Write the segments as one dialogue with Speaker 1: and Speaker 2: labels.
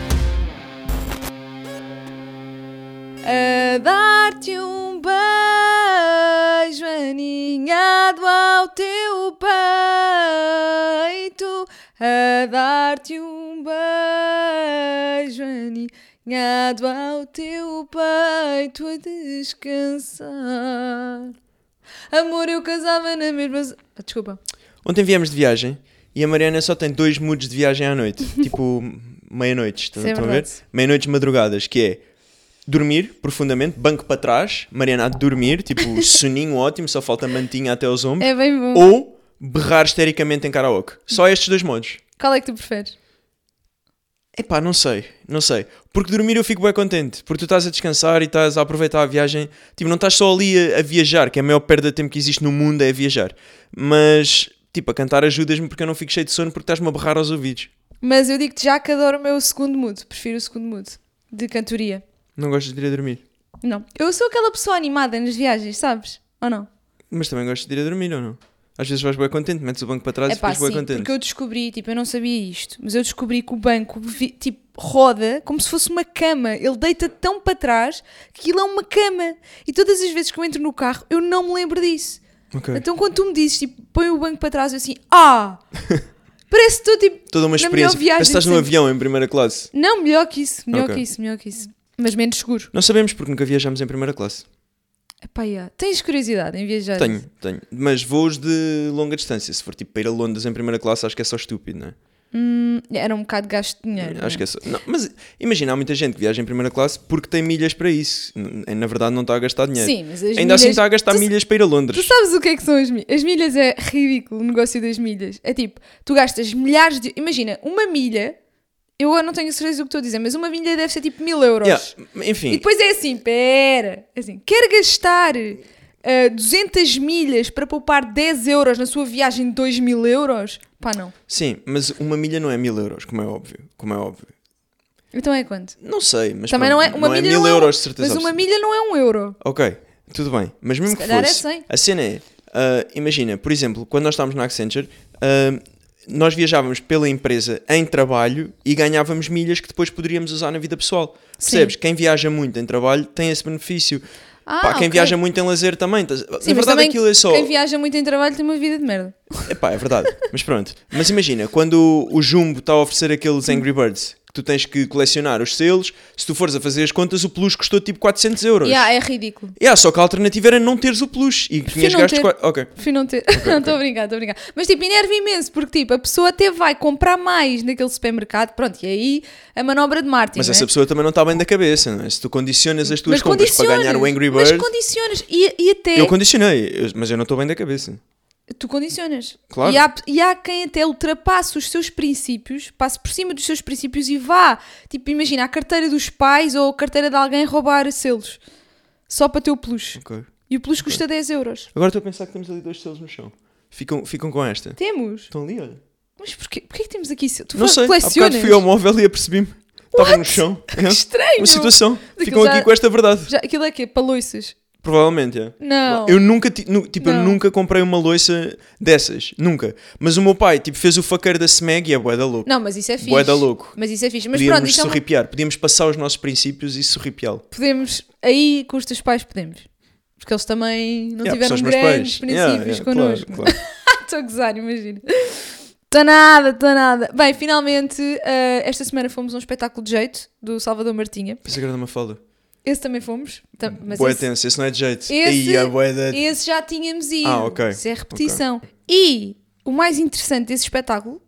Speaker 1: um a dar-te um beijo aninhado ao teu peito a descansar. Amor, eu casava na mesma. z- Ah, Desculpa.
Speaker 2: Ontem viemos de viagem e a Mariana só tem dois moods de viagem à noite. tipo, meia-noite, estão
Speaker 1: Sim, é
Speaker 2: estão a ver?
Speaker 1: verdade.
Speaker 2: Meia-noites madrugadas, que é dormir profundamente, banco para trás, Mariana a dormir, tipo, soninho ótimo, só falta mantinha até aos ombros.
Speaker 1: É bem bom.
Speaker 2: Ou berrar histericamente em karaoke. Só estes dois modos.
Speaker 1: Qual é que tu preferes?
Speaker 2: Epá, não sei, não sei. Porque dormir eu fico bem contente, porque tu estás a descansar e estás a aproveitar a viagem. Tipo, não estás só ali a, a viajar, que é a maior perda de tempo que existe no mundo é viajar. Mas, tipo, a cantar ajudas-me porque eu não fico cheio de sono porque estás-me a berrar aos ouvidos.
Speaker 1: Mas eu digo-te já que adoro o meu segundo mood. Prefiro o segundo mood de cantoria.
Speaker 2: Não gostas de ir a dormir.
Speaker 1: Não. Eu sou aquela pessoa animada nas viagens, sabes? Ou não?
Speaker 2: Mas também gostas de ir a dormir ou não? Às vezes vais bem contente, metes o banco para trás
Speaker 1: É
Speaker 2: e
Speaker 1: pá,
Speaker 2: ficas bem
Speaker 1: sim,
Speaker 2: contente.
Speaker 1: porque eu descobri, tipo, eu não sabia isto, mas eu descobri que o banco, vi- tipo, roda como se fosse uma cama. Ele deita tão para trás que aquilo é uma cama. E todas as vezes que eu entro no carro, eu não me lembro disso.
Speaker 2: Ok.
Speaker 1: Então quando tu me dizes, tipo, põe o banco para trás, eu assim, ah! Parece que estou, tipo,
Speaker 2: Toda
Speaker 1: na
Speaker 2: uma
Speaker 1: melhor
Speaker 2: experiência.
Speaker 1: viagem
Speaker 2: Parece que estás num
Speaker 1: sempre.
Speaker 2: avião em primeira classe.
Speaker 1: não, melhor que isso, melhor
Speaker 2: Ok.
Speaker 1: que isso, melhor que isso. Mas menos seguro.
Speaker 2: Não sabemos porque nunca viajamos em primeira classe.
Speaker 1: Epá, yeah. Tens curiosidade em viajar?
Speaker 2: Tenho, tenho. Mas voos de longa distância. Se for tipo para ir a Londres em primeira classe, acho que é só estúpido, não é?
Speaker 1: Hum, era um bocado gasto de dinheiro. não
Speaker 2: Acho
Speaker 1: é?
Speaker 2: que é só. não, mas imagina, há muita gente que viaja em primeira classe porque tem milhas para isso. N- Na verdade, não está a gastar dinheiro.
Speaker 1: Sim, mas as
Speaker 2: Ainda assim,
Speaker 1: milhas-
Speaker 2: está a gastar
Speaker 1: Tu
Speaker 2: milhas para ir a
Speaker 1: Tu
Speaker 2: Londres.
Speaker 1: sabes o que é que são as milhas? As milhas é ridículo, o negócio das milhas. É tipo, tu gastas milhares de. Imagina, uma milha. Eu agora não tenho certeza do que estou a dizer, mas uma milha deve ser tipo mil euros.
Speaker 2: Yeah,
Speaker 1: E
Speaker 2: Enfim,
Speaker 1: depois é assim, pera. Assim, quer gastar ah, 200 milhas para poupar 10 euros na sua viagem de 2 mil euros? Pá, não.
Speaker 2: sim, mas uma milha não é mil euros, como é óbvio. Como é óbvio.
Speaker 1: Então é quanto?
Speaker 2: Não sei, mas
Speaker 1: Também
Speaker 2: pronto,
Speaker 1: não é. Uma milha
Speaker 2: mil
Speaker 1: não é um-
Speaker 2: euros, de certeza.
Speaker 1: Mas uma
Speaker 2: absoluta.
Speaker 1: milha não é um euro.
Speaker 2: Ok, tudo bem. Mas mesmo
Speaker 1: Se
Speaker 2: que
Speaker 1: calhar é
Speaker 2: fosse,
Speaker 1: 100.
Speaker 2: a cena é, ah, imagina, por exemplo, quando nós estávamos na Accenture, ah, nós viajávamos pela empresa em trabalho e ganhávamos milhas que depois poderíamos usar na vida pessoal. Percebes? Quem viaja muito em trabalho tem esse benefício.
Speaker 1: Ah,
Speaker 2: Pá, quem
Speaker 1: ok.
Speaker 2: viaja muito em lazer também. estás-
Speaker 1: Sim,
Speaker 2: na
Speaker 1: mas
Speaker 2: verdade,
Speaker 1: também
Speaker 2: aquilo é só.
Speaker 1: Quem viaja muito em trabalho tem uma vida de merda.
Speaker 2: Epá, é verdade. Mas pronto. Mas imagina, quando o Jumbo está a oferecer aqueles Angry Birds que tu tens que colecionar os selos, se tu fores a fazer as contas, o peluche custou tipo 400 euros.
Speaker 1: Yeah, é ridículo.
Speaker 2: Yeah, só que a alternativa era não teres o peluche e tinhas
Speaker 1: não
Speaker 2: gasto.
Speaker 1: ter.
Speaker 2: qua- Ok.
Speaker 1: Prefiro não ter. não, estou a brincar, estou a brincar. Mas tipo, enerva imenso, porque tipo, a pessoa até vai comprar mais naquele supermercado, pronto, e aí a manobra de marketing.
Speaker 2: Mas
Speaker 1: não é?
Speaker 2: essa pessoa também não está bem da cabeça, não é? Se tu condicionas as tuas
Speaker 1: Mas
Speaker 2: compras para ganhar o
Speaker 1: condicionas,
Speaker 2: Angry Bird.
Speaker 1: Mas condicionas, e, e até.
Speaker 2: Eu condicionei, eu- mas eu não estou bem da cabeça.
Speaker 1: Tu condicionas.
Speaker 2: Claro.
Speaker 1: E há, e há quem até ultrapasse os seus princípios, passe por cima dos seus princípios e vá. Tipo, imagina a carteira dos pais ou a carteira de alguém roubar selos. Só para ter o peluche.
Speaker 2: Ok.
Speaker 1: E o peluche custa 10 euros.
Speaker 2: Agora estou a pensar que temos ali dois selos no chão. Ficam, ficam com esta.
Speaker 1: Temos.
Speaker 2: Estão ali, olha.
Speaker 1: Mas porquê, porquê que temos aqui? sel- Tu
Speaker 2: Não sei, há
Speaker 1: colecionas?
Speaker 2: bocado fui ao móvel e apercebi-me. Estava no chão.
Speaker 1: Que
Speaker 2: É.
Speaker 1: estranho.
Speaker 2: Uma situação.
Speaker 1: Daquilo
Speaker 2: Ficam
Speaker 1: já-
Speaker 2: aqui com esta verdade.
Speaker 1: Já, aquilo é que Para loiças?
Speaker 2: Provavelmente, é.
Speaker 1: Não.
Speaker 2: Eu nunca, ti- nu- tipo,
Speaker 1: Não.
Speaker 2: eu nunca comprei uma loiça dessas. Nunca. Mas o meu pai, tipo, fez o faqueiro da SMEG e é bué da louco.
Speaker 1: Não, mas isso é fixe.
Speaker 2: Bué da louco.
Speaker 1: Mas isso é fixe. Mas
Speaker 2: podíamos
Speaker 1: pronto, isso é uma-
Speaker 2: sorripiar, podíamos passar os nossos princípios e sorripiá-lo.
Speaker 1: podemos. Aí com os teus pais podemos. Porque eles também não
Speaker 2: Yeah,
Speaker 1: tiveram
Speaker 2: são os meus
Speaker 1: grandes
Speaker 2: pais. Yeah,
Speaker 1: princípios
Speaker 2: yeah,
Speaker 1: connosco.
Speaker 2: claro, claro.
Speaker 1: Estou a gozar, imagina. Estou nada, estou nada. Bem, finalmente, eh, esta semana fomos a um espetáculo de jeito do Salvador Martinha.
Speaker 2: Pensei que era de uma falda.
Speaker 1: Esse também fomos. Tam- mas
Speaker 2: Boé
Speaker 1: esse-
Speaker 2: tenso, esse não é de jeito.
Speaker 1: esse-
Speaker 2: Aí a boé da.
Speaker 1: Esse já tínhamos ido.
Speaker 2: Ah, ok.
Speaker 1: Isso é repetição. E o mais interessante desse espetáculo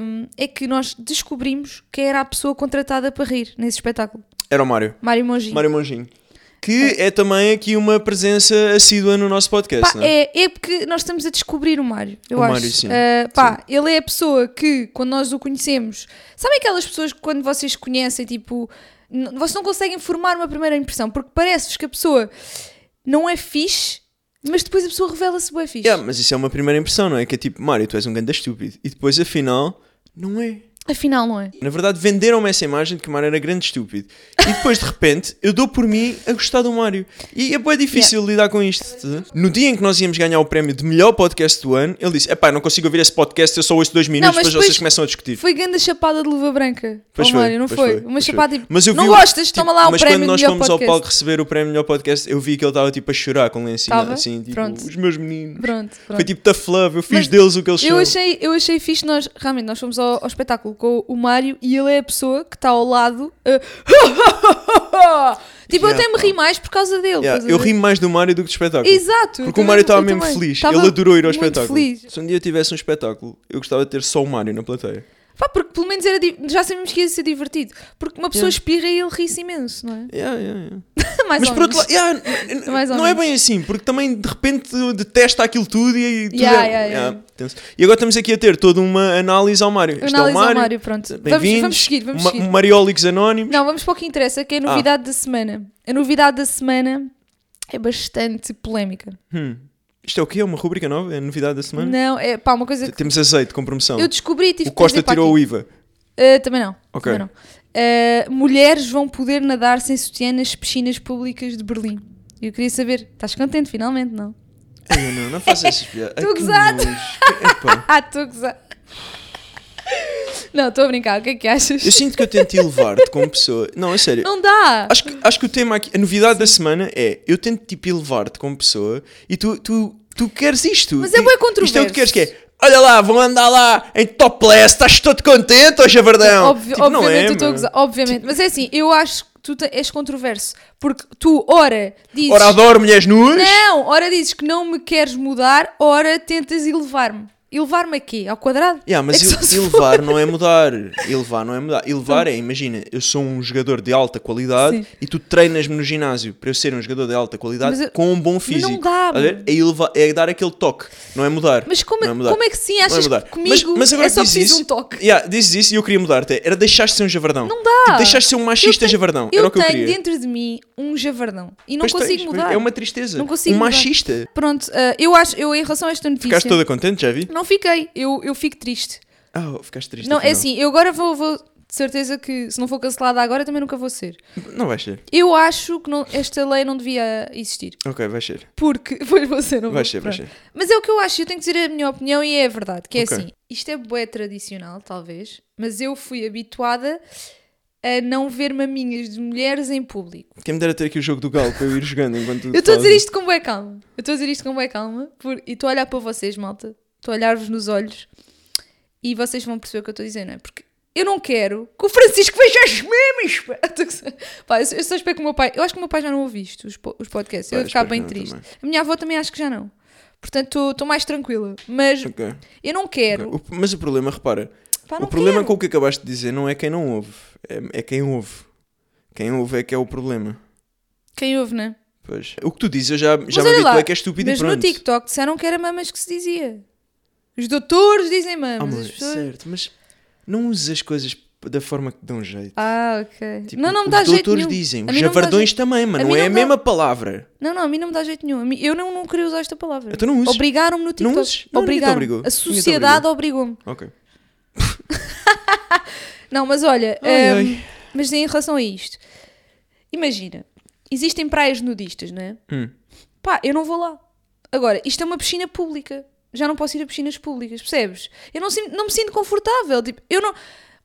Speaker 1: hum, é que nós descobrimos quem era a pessoa contratada para rir nesse espetáculo.
Speaker 2: Era o Mário.
Speaker 1: Mário Mongi.
Speaker 2: Mário Monjinho. Que é também aqui uma presença assídua no nosso podcast,
Speaker 1: Pá,
Speaker 2: não é?
Speaker 1: é, é porque nós estamos a descobrir o Mário, eu
Speaker 2: O
Speaker 1: acho.
Speaker 2: Mário, sim.
Speaker 1: Ah, pá, ele é a pessoa que, quando nós o conhecemos, sabem aquelas pessoas que quando vocês conhecem, tipo, n- vocês não conseguem formar uma primeira impressão, porque parece-vos que a pessoa não é fixe, mas depois a pessoa revela-se boa fixe.
Speaker 2: Yeah, mas isso é uma primeira impressão, não é? Que é tipo, Mário, tu és um ganda estúpido. E depois, afinal, não é.
Speaker 1: Afinal, não é?
Speaker 2: Na verdade, venderam-me essa imagem de que o Mário era grande estúpido. E depois, de repente, eu dou por mim a gostar do Mário. E é bem difícil lidar com isto. tá? No dia em que nós íamos ganhar o prémio de melhor podcast do ano, ele disse: Epá, não consigo ouvir esse podcast, eu só ouço dois minutos,
Speaker 1: mas
Speaker 2: depois
Speaker 1: depois-
Speaker 2: vocês começam a discutir.
Speaker 1: Foi grande a chapada de luva branca.
Speaker 2: Pois
Speaker 1: ao
Speaker 2: foi,
Speaker 1: Mário, não
Speaker 2: pois
Speaker 1: foi?
Speaker 2: foi,
Speaker 1: Uma
Speaker 2: pois
Speaker 1: chapada
Speaker 2: foi.
Speaker 1: tipo,
Speaker 2: Mas eu
Speaker 1: não
Speaker 2: vi-
Speaker 1: gostas?
Speaker 2: tipo,
Speaker 1: Toma lá o
Speaker 2: Mas
Speaker 1: prémio
Speaker 2: quando
Speaker 1: de
Speaker 2: nós
Speaker 1: melhor
Speaker 2: fomos
Speaker 1: podcast.
Speaker 2: ao palco receber o prémio de melhor podcast, eu vi que ele estava tipo a chorar com lencinho,
Speaker 1: Tava?
Speaker 2: assim, tipo,
Speaker 1: Pronto.
Speaker 2: os meus meninos.
Speaker 1: Pronto, pronto.
Speaker 2: Foi tipo tough love, eu fiz
Speaker 1: Mas
Speaker 2: deles o que eles
Speaker 1: Eu
Speaker 2: são.
Speaker 1: achei, eu achei fixe, nós, realmente, nós fomos ao, ao espetáculo com o Mário e ele é a pessoa que está ao lado. uh, tipo, eu
Speaker 2: Yeah,
Speaker 1: até me ri mais por causa dele.
Speaker 2: Yeah,
Speaker 1: estás a
Speaker 2: eu
Speaker 1: ver?
Speaker 2: ri mais do Mário do que do espetáculo.
Speaker 1: Exato. eu
Speaker 2: Porque o
Speaker 1: também-
Speaker 2: Mário estava
Speaker 1: eu
Speaker 2: mesmo
Speaker 1: também.
Speaker 2: feliz.
Speaker 1: Estava
Speaker 2: Ele adorou ir ao
Speaker 1: muito
Speaker 2: espetáculo.
Speaker 1: Feliz.
Speaker 2: Se um dia eu tivesse um espetáculo, eu gostava de ter só o Mário na plateia.
Speaker 1: Pá, porque pelo menos era, di- já sabíamos que ia ser divertido. Porque uma pessoa
Speaker 2: Yeah.
Speaker 1: espirra e ele ri-se imenso, não é?
Speaker 2: Yeah, yeah, yeah.
Speaker 1: mais
Speaker 2: Mas
Speaker 1: ou
Speaker 2: por outro
Speaker 1: menos.
Speaker 2: lado, yeah, n- n-
Speaker 1: Mais ou
Speaker 2: não é
Speaker 1: menos.
Speaker 2: bem assim, porque também de repente detesta aquilo tudo e, e tudo
Speaker 1: Yeah,
Speaker 2: é-
Speaker 1: yeah, yeah.
Speaker 2: tenso. E agora estamos aqui a ter toda uma análise ao Mário. Este é o
Speaker 1: Análise ao
Speaker 2: Mário.
Speaker 1: Mário, pronto. Vamos,
Speaker 2: Bem-vindos.
Speaker 1: vamos seguir, vamos
Speaker 2: Ma-
Speaker 1: seguir.
Speaker 2: Mariólicos Anónimos.
Speaker 1: Não, vamos para o que interessa, que é a novidade
Speaker 2: Ah.
Speaker 1: da semana. A novidade da semana é bastante polémica.
Speaker 2: Hum. Isto é o quê? É uma rubrica nova? É a novidade da semana?
Speaker 1: Não, é pá, uma coisa que
Speaker 2: Temos azeite com promoção.
Speaker 1: eu descobri e tive
Speaker 2: O Costa
Speaker 1: que trazer
Speaker 2: tirou
Speaker 1: para
Speaker 2: o
Speaker 1: aqui.
Speaker 2: IVA.
Speaker 1: Ah, também não.
Speaker 2: Ok.
Speaker 1: também não. Ah, mulheres vão poder nadar sem sutiã nas piscinas públicas de Berlim. Eu queria saber, estás contente finalmente, não?
Speaker 2: Ai, não, não faças essas piadas. Ai,
Speaker 1: Tô
Speaker 2: que
Speaker 1: gozado.
Speaker 2: nojo. Epá.
Speaker 1: Ah, estou a gozar. Não, estou a brincar, o que é que achas?
Speaker 2: Eu sinto que eu tento elevar-te como pessoa. Não, é sério.
Speaker 1: Não dá!
Speaker 2: Acho que, acho que o tema aqui, a novidade da semana é eu tento tipo elevar-te como pessoa e tu, tu, tu queres isto.
Speaker 1: Mas é
Speaker 2: E-
Speaker 1: bué
Speaker 2: Isto é o
Speaker 1: controverso.
Speaker 2: que queres que é. Olha lá, vão andar lá em topless, estás todo contente Tipo, hoje, Verdão?
Speaker 1: Obvi- obviamente
Speaker 2: é,
Speaker 1: eu estou a gozar, obviamente.
Speaker 2: tipo
Speaker 1: Mas é assim, eu acho que tu te- és controverso. Porque tu, ora, dizes.
Speaker 2: Ora, adoro mulheres nuas.
Speaker 1: não, ora dizes que não me queres mudar, ora tentas elevar-me. Elevar-me aqui, ao quadrado.
Speaker 2: Yeah,
Speaker 1: É
Speaker 2: mas
Speaker 1: que
Speaker 2: ele-
Speaker 1: só se for- Então.
Speaker 2: elevar não é mudar. Elevar não é mudar. Elevar é, imagina, eu sou um jogador de alta qualidade
Speaker 1: Sim.
Speaker 2: e tu treinas-me no ginásio para eu ser um jogador de alta qualidade
Speaker 1: Mas eu-
Speaker 2: com um bom
Speaker 1: Mas
Speaker 2: físico.
Speaker 1: não dá,
Speaker 2: Estás a ver?
Speaker 1: mano.
Speaker 2: É, elevar, é dar aquele toque, não é mudar.
Speaker 1: Mas como,
Speaker 2: não é mudar.
Speaker 1: como é que sim
Speaker 2: Não é
Speaker 1: achas
Speaker 2: mudar.
Speaker 1: que comigo é só
Speaker 2: dizes
Speaker 1: preciso
Speaker 2: isso-
Speaker 1: um toque?
Speaker 2: Yeah, dizes isso e eu queria mudar-te. Era deixar de ser um javardão. Não
Speaker 1: dá.
Speaker 2: Tipo, deixar de ser um machista
Speaker 1: tenho-
Speaker 2: javardão.
Speaker 1: Eu
Speaker 2: Era o que eu
Speaker 1: tenho
Speaker 2: queria.
Speaker 1: dentro de mim um javardão e não
Speaker 2: Pois
Speaker 1: consigo
Speaker 2: tens, pois,
Speaker 1: mudar.
Speaker 2: É uma tristeza.
Speaker 1: Não consigo
Speaker 2: um
Speaker 1: mudar.
Speaker 2: machista.
Speaker 1: Pronto, ah, eu acho, eu em relação a esta notícia.
Speaker 2: Ficaste toda contente, já vi?
Speaker 1: Não fiquei, eu, eu fico triste.
Speaker 2: Ah, ficaste triste.
Speaker 1: Não, é
Speaker 2: afinal.
Speaker 1: assim, eu agora vou, vou- de certeza que se não for cancelada agora também nunca vou ser.
Speaker 2: Não vai ser.
Speaker 1: Eu acho que não- esta lei não devia existir.
Speaker 2: Ok, vai ser.
Speaker 1: Porque. Pois vou ser, não
Speaker 2: Vai
Speaker 1: vou-
Speaker 2: ser, vai
Speaker 1: pronto.
Speaker 2: ser.
Speaker 1: Mas é o que eu acho, eu tenho que dizer a minha opinião e é a verdade, que é
Speaker 2: Ok.
Speaker 1: assim: isto é bué tradicional, talvez, mas eu fui habituada a não ver maminhas de mulheres em público.
Speaker 2: Quem me dera ter aqui o jogo do Galo para eu ir jogando enquanto tu
Speaker 1: Eu estou a dizer
Speaker 2: falas.
Speaker 1: isto com bué calma. Eu estou a dizer isto com bué calma por- e estou a olhar para vocês, malta. Estou a olhar-vos nos olhos e vocês vão perceber o que eu estou a dizer, não é? Porque eu não quero que o Francisco veja as memes. pá. Estou a gozar. Pá, eu, eu só espero que o meu pai. Eu acho que o meu pai já não ouve isto, os, po- os podcasts. Eu
Speaker 2: Pá,
Speaker 1: ia ficar
Speaker 2: espero
Speaker 1: bem
Speaker 2: que não,
Speaker 1: triste.
Speaker 2: também.
Speaker 1: A minha avó também acho que já não. Portanto, estou- estou mais tranquila. Mas
Speaker 2: Ok, ok.
Speaker 1: eu não quero.
Speaker 2: O- Mas o problema, repara,
Speaker 1: Pá,
Speaker 2: o
Speaker 1: não
Speaker 2: problema
Speaker 1: quero.
Speaker 2: com o que acabaste de dizer não é quem não ouve, é, é quem ouve. Quem ouve é que é o problema.
Speaker 1: Quem ouve, não é?
Speaker 2: Pois. O que tu dizes, eu já, já
Speaker 1: Mas
Speaker 2: me
Speaker 1: olha lá,
Speaker 2: habituei que é estúpido
Speaker 1: Mas
Speaker 2: e pronto.
Speaker 1: no TikTok disseram que era mamas que se dizia. Os doutores dizem mamas.
Speaker 2: Ah, mas
Speaker 1: as pessoas-
Speaker 2: certo, mas não uses as coisas p- da forma que dão jeito.
Speaker 1: Ah, ok.
Speaker 2: Tipo,
Speaker 1: não, não me
Speaker 2: os
Speaker 1: dá jeito
Speaker 2: doutores
Speaker 1: nenhum.
Speaker 2: dizem,
Speaker 1: A
Speaker 2: os
Speaker 1: mim não me dá
Speaker 2: javardões
Speaker 1: jeito-
Speaker 2: também, mas
Speaker 1: a
Speaker 2: não
Speaker 1: mim
Speaker 2: é
Speaker 1: não
Speaker 2: a
Speaker 1: me
Speaker 2: mesma palavra.
Speaker 1: Não, não, a mim não me dá jeito nenhum. A mim- Eu não, não queria usar esta palavra.
Speaker 2: Então não uses.
Speaker 1: Obrigaram-me no TikTok.
Speaker 2: uses. Não, ninguém te
Speaker 1: Obrigaram-me.
Speaker 2: obrigou.
Speaker 1: A
Speaker 2: Ninguém te
Speaker 1: sociedade obrigou-me.
Speaker 2: Ok.
Speaker 1: Não, mas olha,
Speaker 2: Ai,
Speaker 1: hum,
Speaker 2: ai.
Speaker 1: mas em relação a isto, imagina, existem praias nudistas, não é?
Speaker 2: Hum.
Speaker 1: Pá, eu não vou lá. Agora, isto é uma piscina pública. Já não posso ir a piscinas públicas, percebes? Eu não, sinto- não me sinto confortável. Tipo, eu não.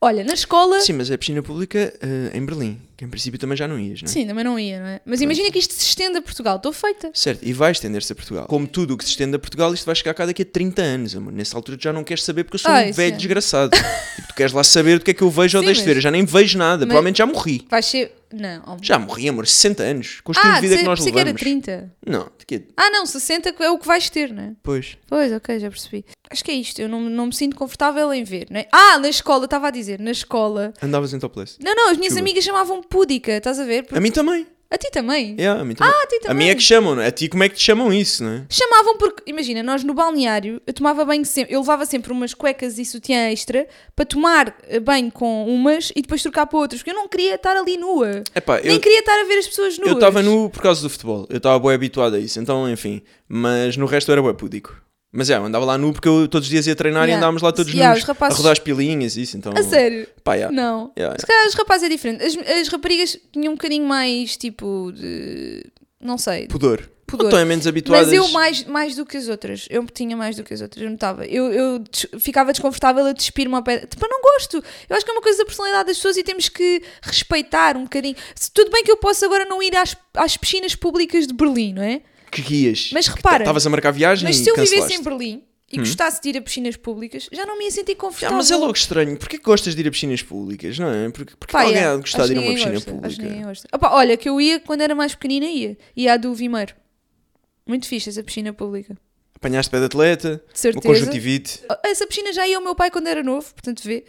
Speaker 1: Olha, na escola.
Speaker 2: Sim, mas é a piscina pública eh, em Berlim, que em princípio também já não ias, não é?
Speaker 1: Sim, também não ia, não é? Mas imagina que isto se estenda a Portugal. Estou feita.
Speaker 2: Certo, e vai estender-se a Portugal. Como tudo o que se estende a Portugal, isto vai chegar cá daqui a 30 anos, amor. Nessa altura tu já não queres saber porque eu sou
Speaker 1: Ah,
Speaker 2: um
Speaker 1: isso
Speaker 2: velho
Speaker 1: é.
Speaker 2: desgraçado. tipo, tu queres lá saber do que é que eu vejo ou
Speaker 1: Sim,
Speaker 2: deixo de
Speaker 1: mas-
Speaker 2: ver. Eu já nem vejo nada,
Speaker 1: mas-
Speaker 2: provavelmente já morri.
Speaker 1: Vai ser. Não, ó.
Speaker 2: Já morri, amor, 60 anos. Com o estilo
Speaker 1: Ah,
Speaker 2: de vida que
Speaker 1: sei-
Speaker 2: nós
Speaker 1: pensei que era
Speaker 2: levamos.
Speaker 1: 30.
Speaker 2: Não, daqui a...
Speaker 1: Ah, não, 60 é o que vais ter, não é?
Speaker 2: Pois.
Speaker 1: Pois, ok, já percebi. Acho que é isto, eu não, não me sinto confortável em ver, não é? Ah, na escola, estava a dizer, na escola.
Speaker 2: Andavas em topless.
Speaker 1: Não, não, as minhas
Speaker 2: Desculpa.
Speaker 1: amigas chamavam pudica, estás a ver?
Speaker 2: A mim também.
Speaker 1: A ti também. Ah,
Speaker 2: Yeah, a mim também.
Speaker 1: a ti
Speaker 2: A
Speaker 1: também.
Speaker 2: mim é que chamam, não é? A ti como é que te chamam isso, não é?
Speaker 1: Chamavam porque, imagina, nós no balneário, eu tomava banho sempre, eu levava sempre umas cuecas e sutiã extra para tomar eh, banho com umas e depois trocar para outras, porque eu não queria estar ali nua.
Speaker 2: Epá, eu
Speaker 1: Nem queria estar a ver as pessoas nuas.
Speaker 2: eu estava nu por causa do futebol. Eu estava bem habituado a isso. Então, enfim. Mas no resto eu era bem pudico. Mas é, eu andava lá nu porque eu todos os dias ia treinar e
Speaker 1: Yeah.
Speaker 2: andávamos lá todos
Speaker 1: Yeah,
Speaker 2: nus
Speaker 1: os rapazes-
Speaker 2: a rodar as pilinhas e isso, então...
Speaker 1: A sério?
Speaker 2: Pá, yeah.
Speaker 1: Não.
Speaker 2: Yeah,
Speaker 1: Se calhar os rapazes é diferente. As, as raparigas tinham um bocadinho mais tipo de. Não sei.
Speaker 2: Pudor.
Speaker 1: Pudor.
Speaker 2: Não estão menos habituadas...
Speaker 1: Mas eu mais, mais do que as outras. Eu tinha mais do que as outras. Eu notava. Eu, eu des- ficava desconfortável a despir-me ao pé. Tipo, eu não gosto. Eu acho que é uma coisa da personalidade das pessoas e temos que respeitar um bocadinho. Se- tudo bem que eu posso agora não ir às, às piscinas públicas de Berlim, não é?
Speaker 2: Que guias.
Speaker 1: Mas repara.
Speaker 2: Estavas a marcar viagem
Speaker 1: Mas
Speaker 2: e
Speaker 1: se eu vivesse
Speaker 2: cancelaste.
Speaker 1: em Berlim e gostasse de ir a piscinas públicas, já não me ia sentir
Speaker 2: Ah,
Speaker 1: confortável.
Speaker 2: Hum? mas é logo estranho. Porquê que gostas de ir a piscinas públicas, não é? Porque, porque
Speaker 1: Pá,
Speaker 2: alguém
Speaker 1: é.
Speaker 2: há de gostar
Speaker 1: Acho
Speaker 2: de ir a
Speaker 1: que
Speaker 2: uma
Speaker 1: ninguém
Speaker 2: piscina
Speaker 1: gosta, acho que
Speaker 2: pública.
Speaker 1: ninguém gosta. Opa, olha, que eu ia quando era mais pequenina, ia. Ia à do Vimeiro. Muito fixe essa piscina pública.
Speaker 2: Apanhaste pé de atleta,
Speaker 1: De certeza.
Speaker 2: uma conjuntivite.
Speaker 1: Essa piscina já ia ao meu pai quando era novo, portanto vê.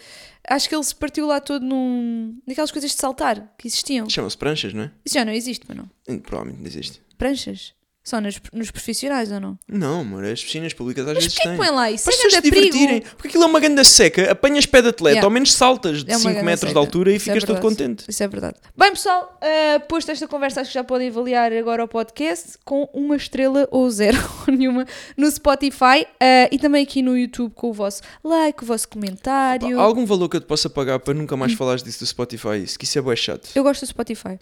Speaker 1: Acho que ele se partiu lá todo num. naquelas coisas de saltar que existiam.
Speaker 2: Chamam-se pranchas, não é?
Speaker 1: Isso já não existe, mas não.
Speaker 2: Hum, Provavelmente não existe.
Speaker 1: Pranchas. Só nas- nos profissionais ou não?
Speaker 2: Não, amor, as piscinas públicas às
Speaker 1: Mas
Speaker 2: vezes
Speaker 1: porquê que
Speaker 2: têm.
Speaker 1: põe lá isso?
Speaker 2: Para as
Speaker 1: Isso É
Speaker 2: pessoas se
Speaker 1: grande
Speaker 2: divertirem.
Speaker 1: perigo.
Speaker 2: Porque aquilo é uma ganda seca, apanhas pé de atleta,
Speaker 1: Yeah.
Speaker 2: ao menos saltas de
Speaker 1: É uma
Speaker 2: 5
Speaker 1: grande
Speaker 2: metros de
Speaker 1: seca.
Speaker 2: altura e
Speaker 1: Isso é
Speaker 2: ficas todo
Speaker 1: verdade.
Speaker 2: contente.
Speaker 1: Isso é verdade. Bem, pessoal, ah, posto esta conversa, acho que já podem avaliar agora o podcast com uma estrela ou zero ou nenhuma no Spotify ah, e também aqui no YouTube com o vosso like, o vosso
Speaker 2: Pá,
Speaker 1: comentário.
Speaker 2: há algum valor que eu te possa pagar para nunca
Speaker 1: Hum.
Speaker 2: mais falares disso do Spotify? Isso, que isso é bué chato.
Speaker 1: Eu gosto do Spotify.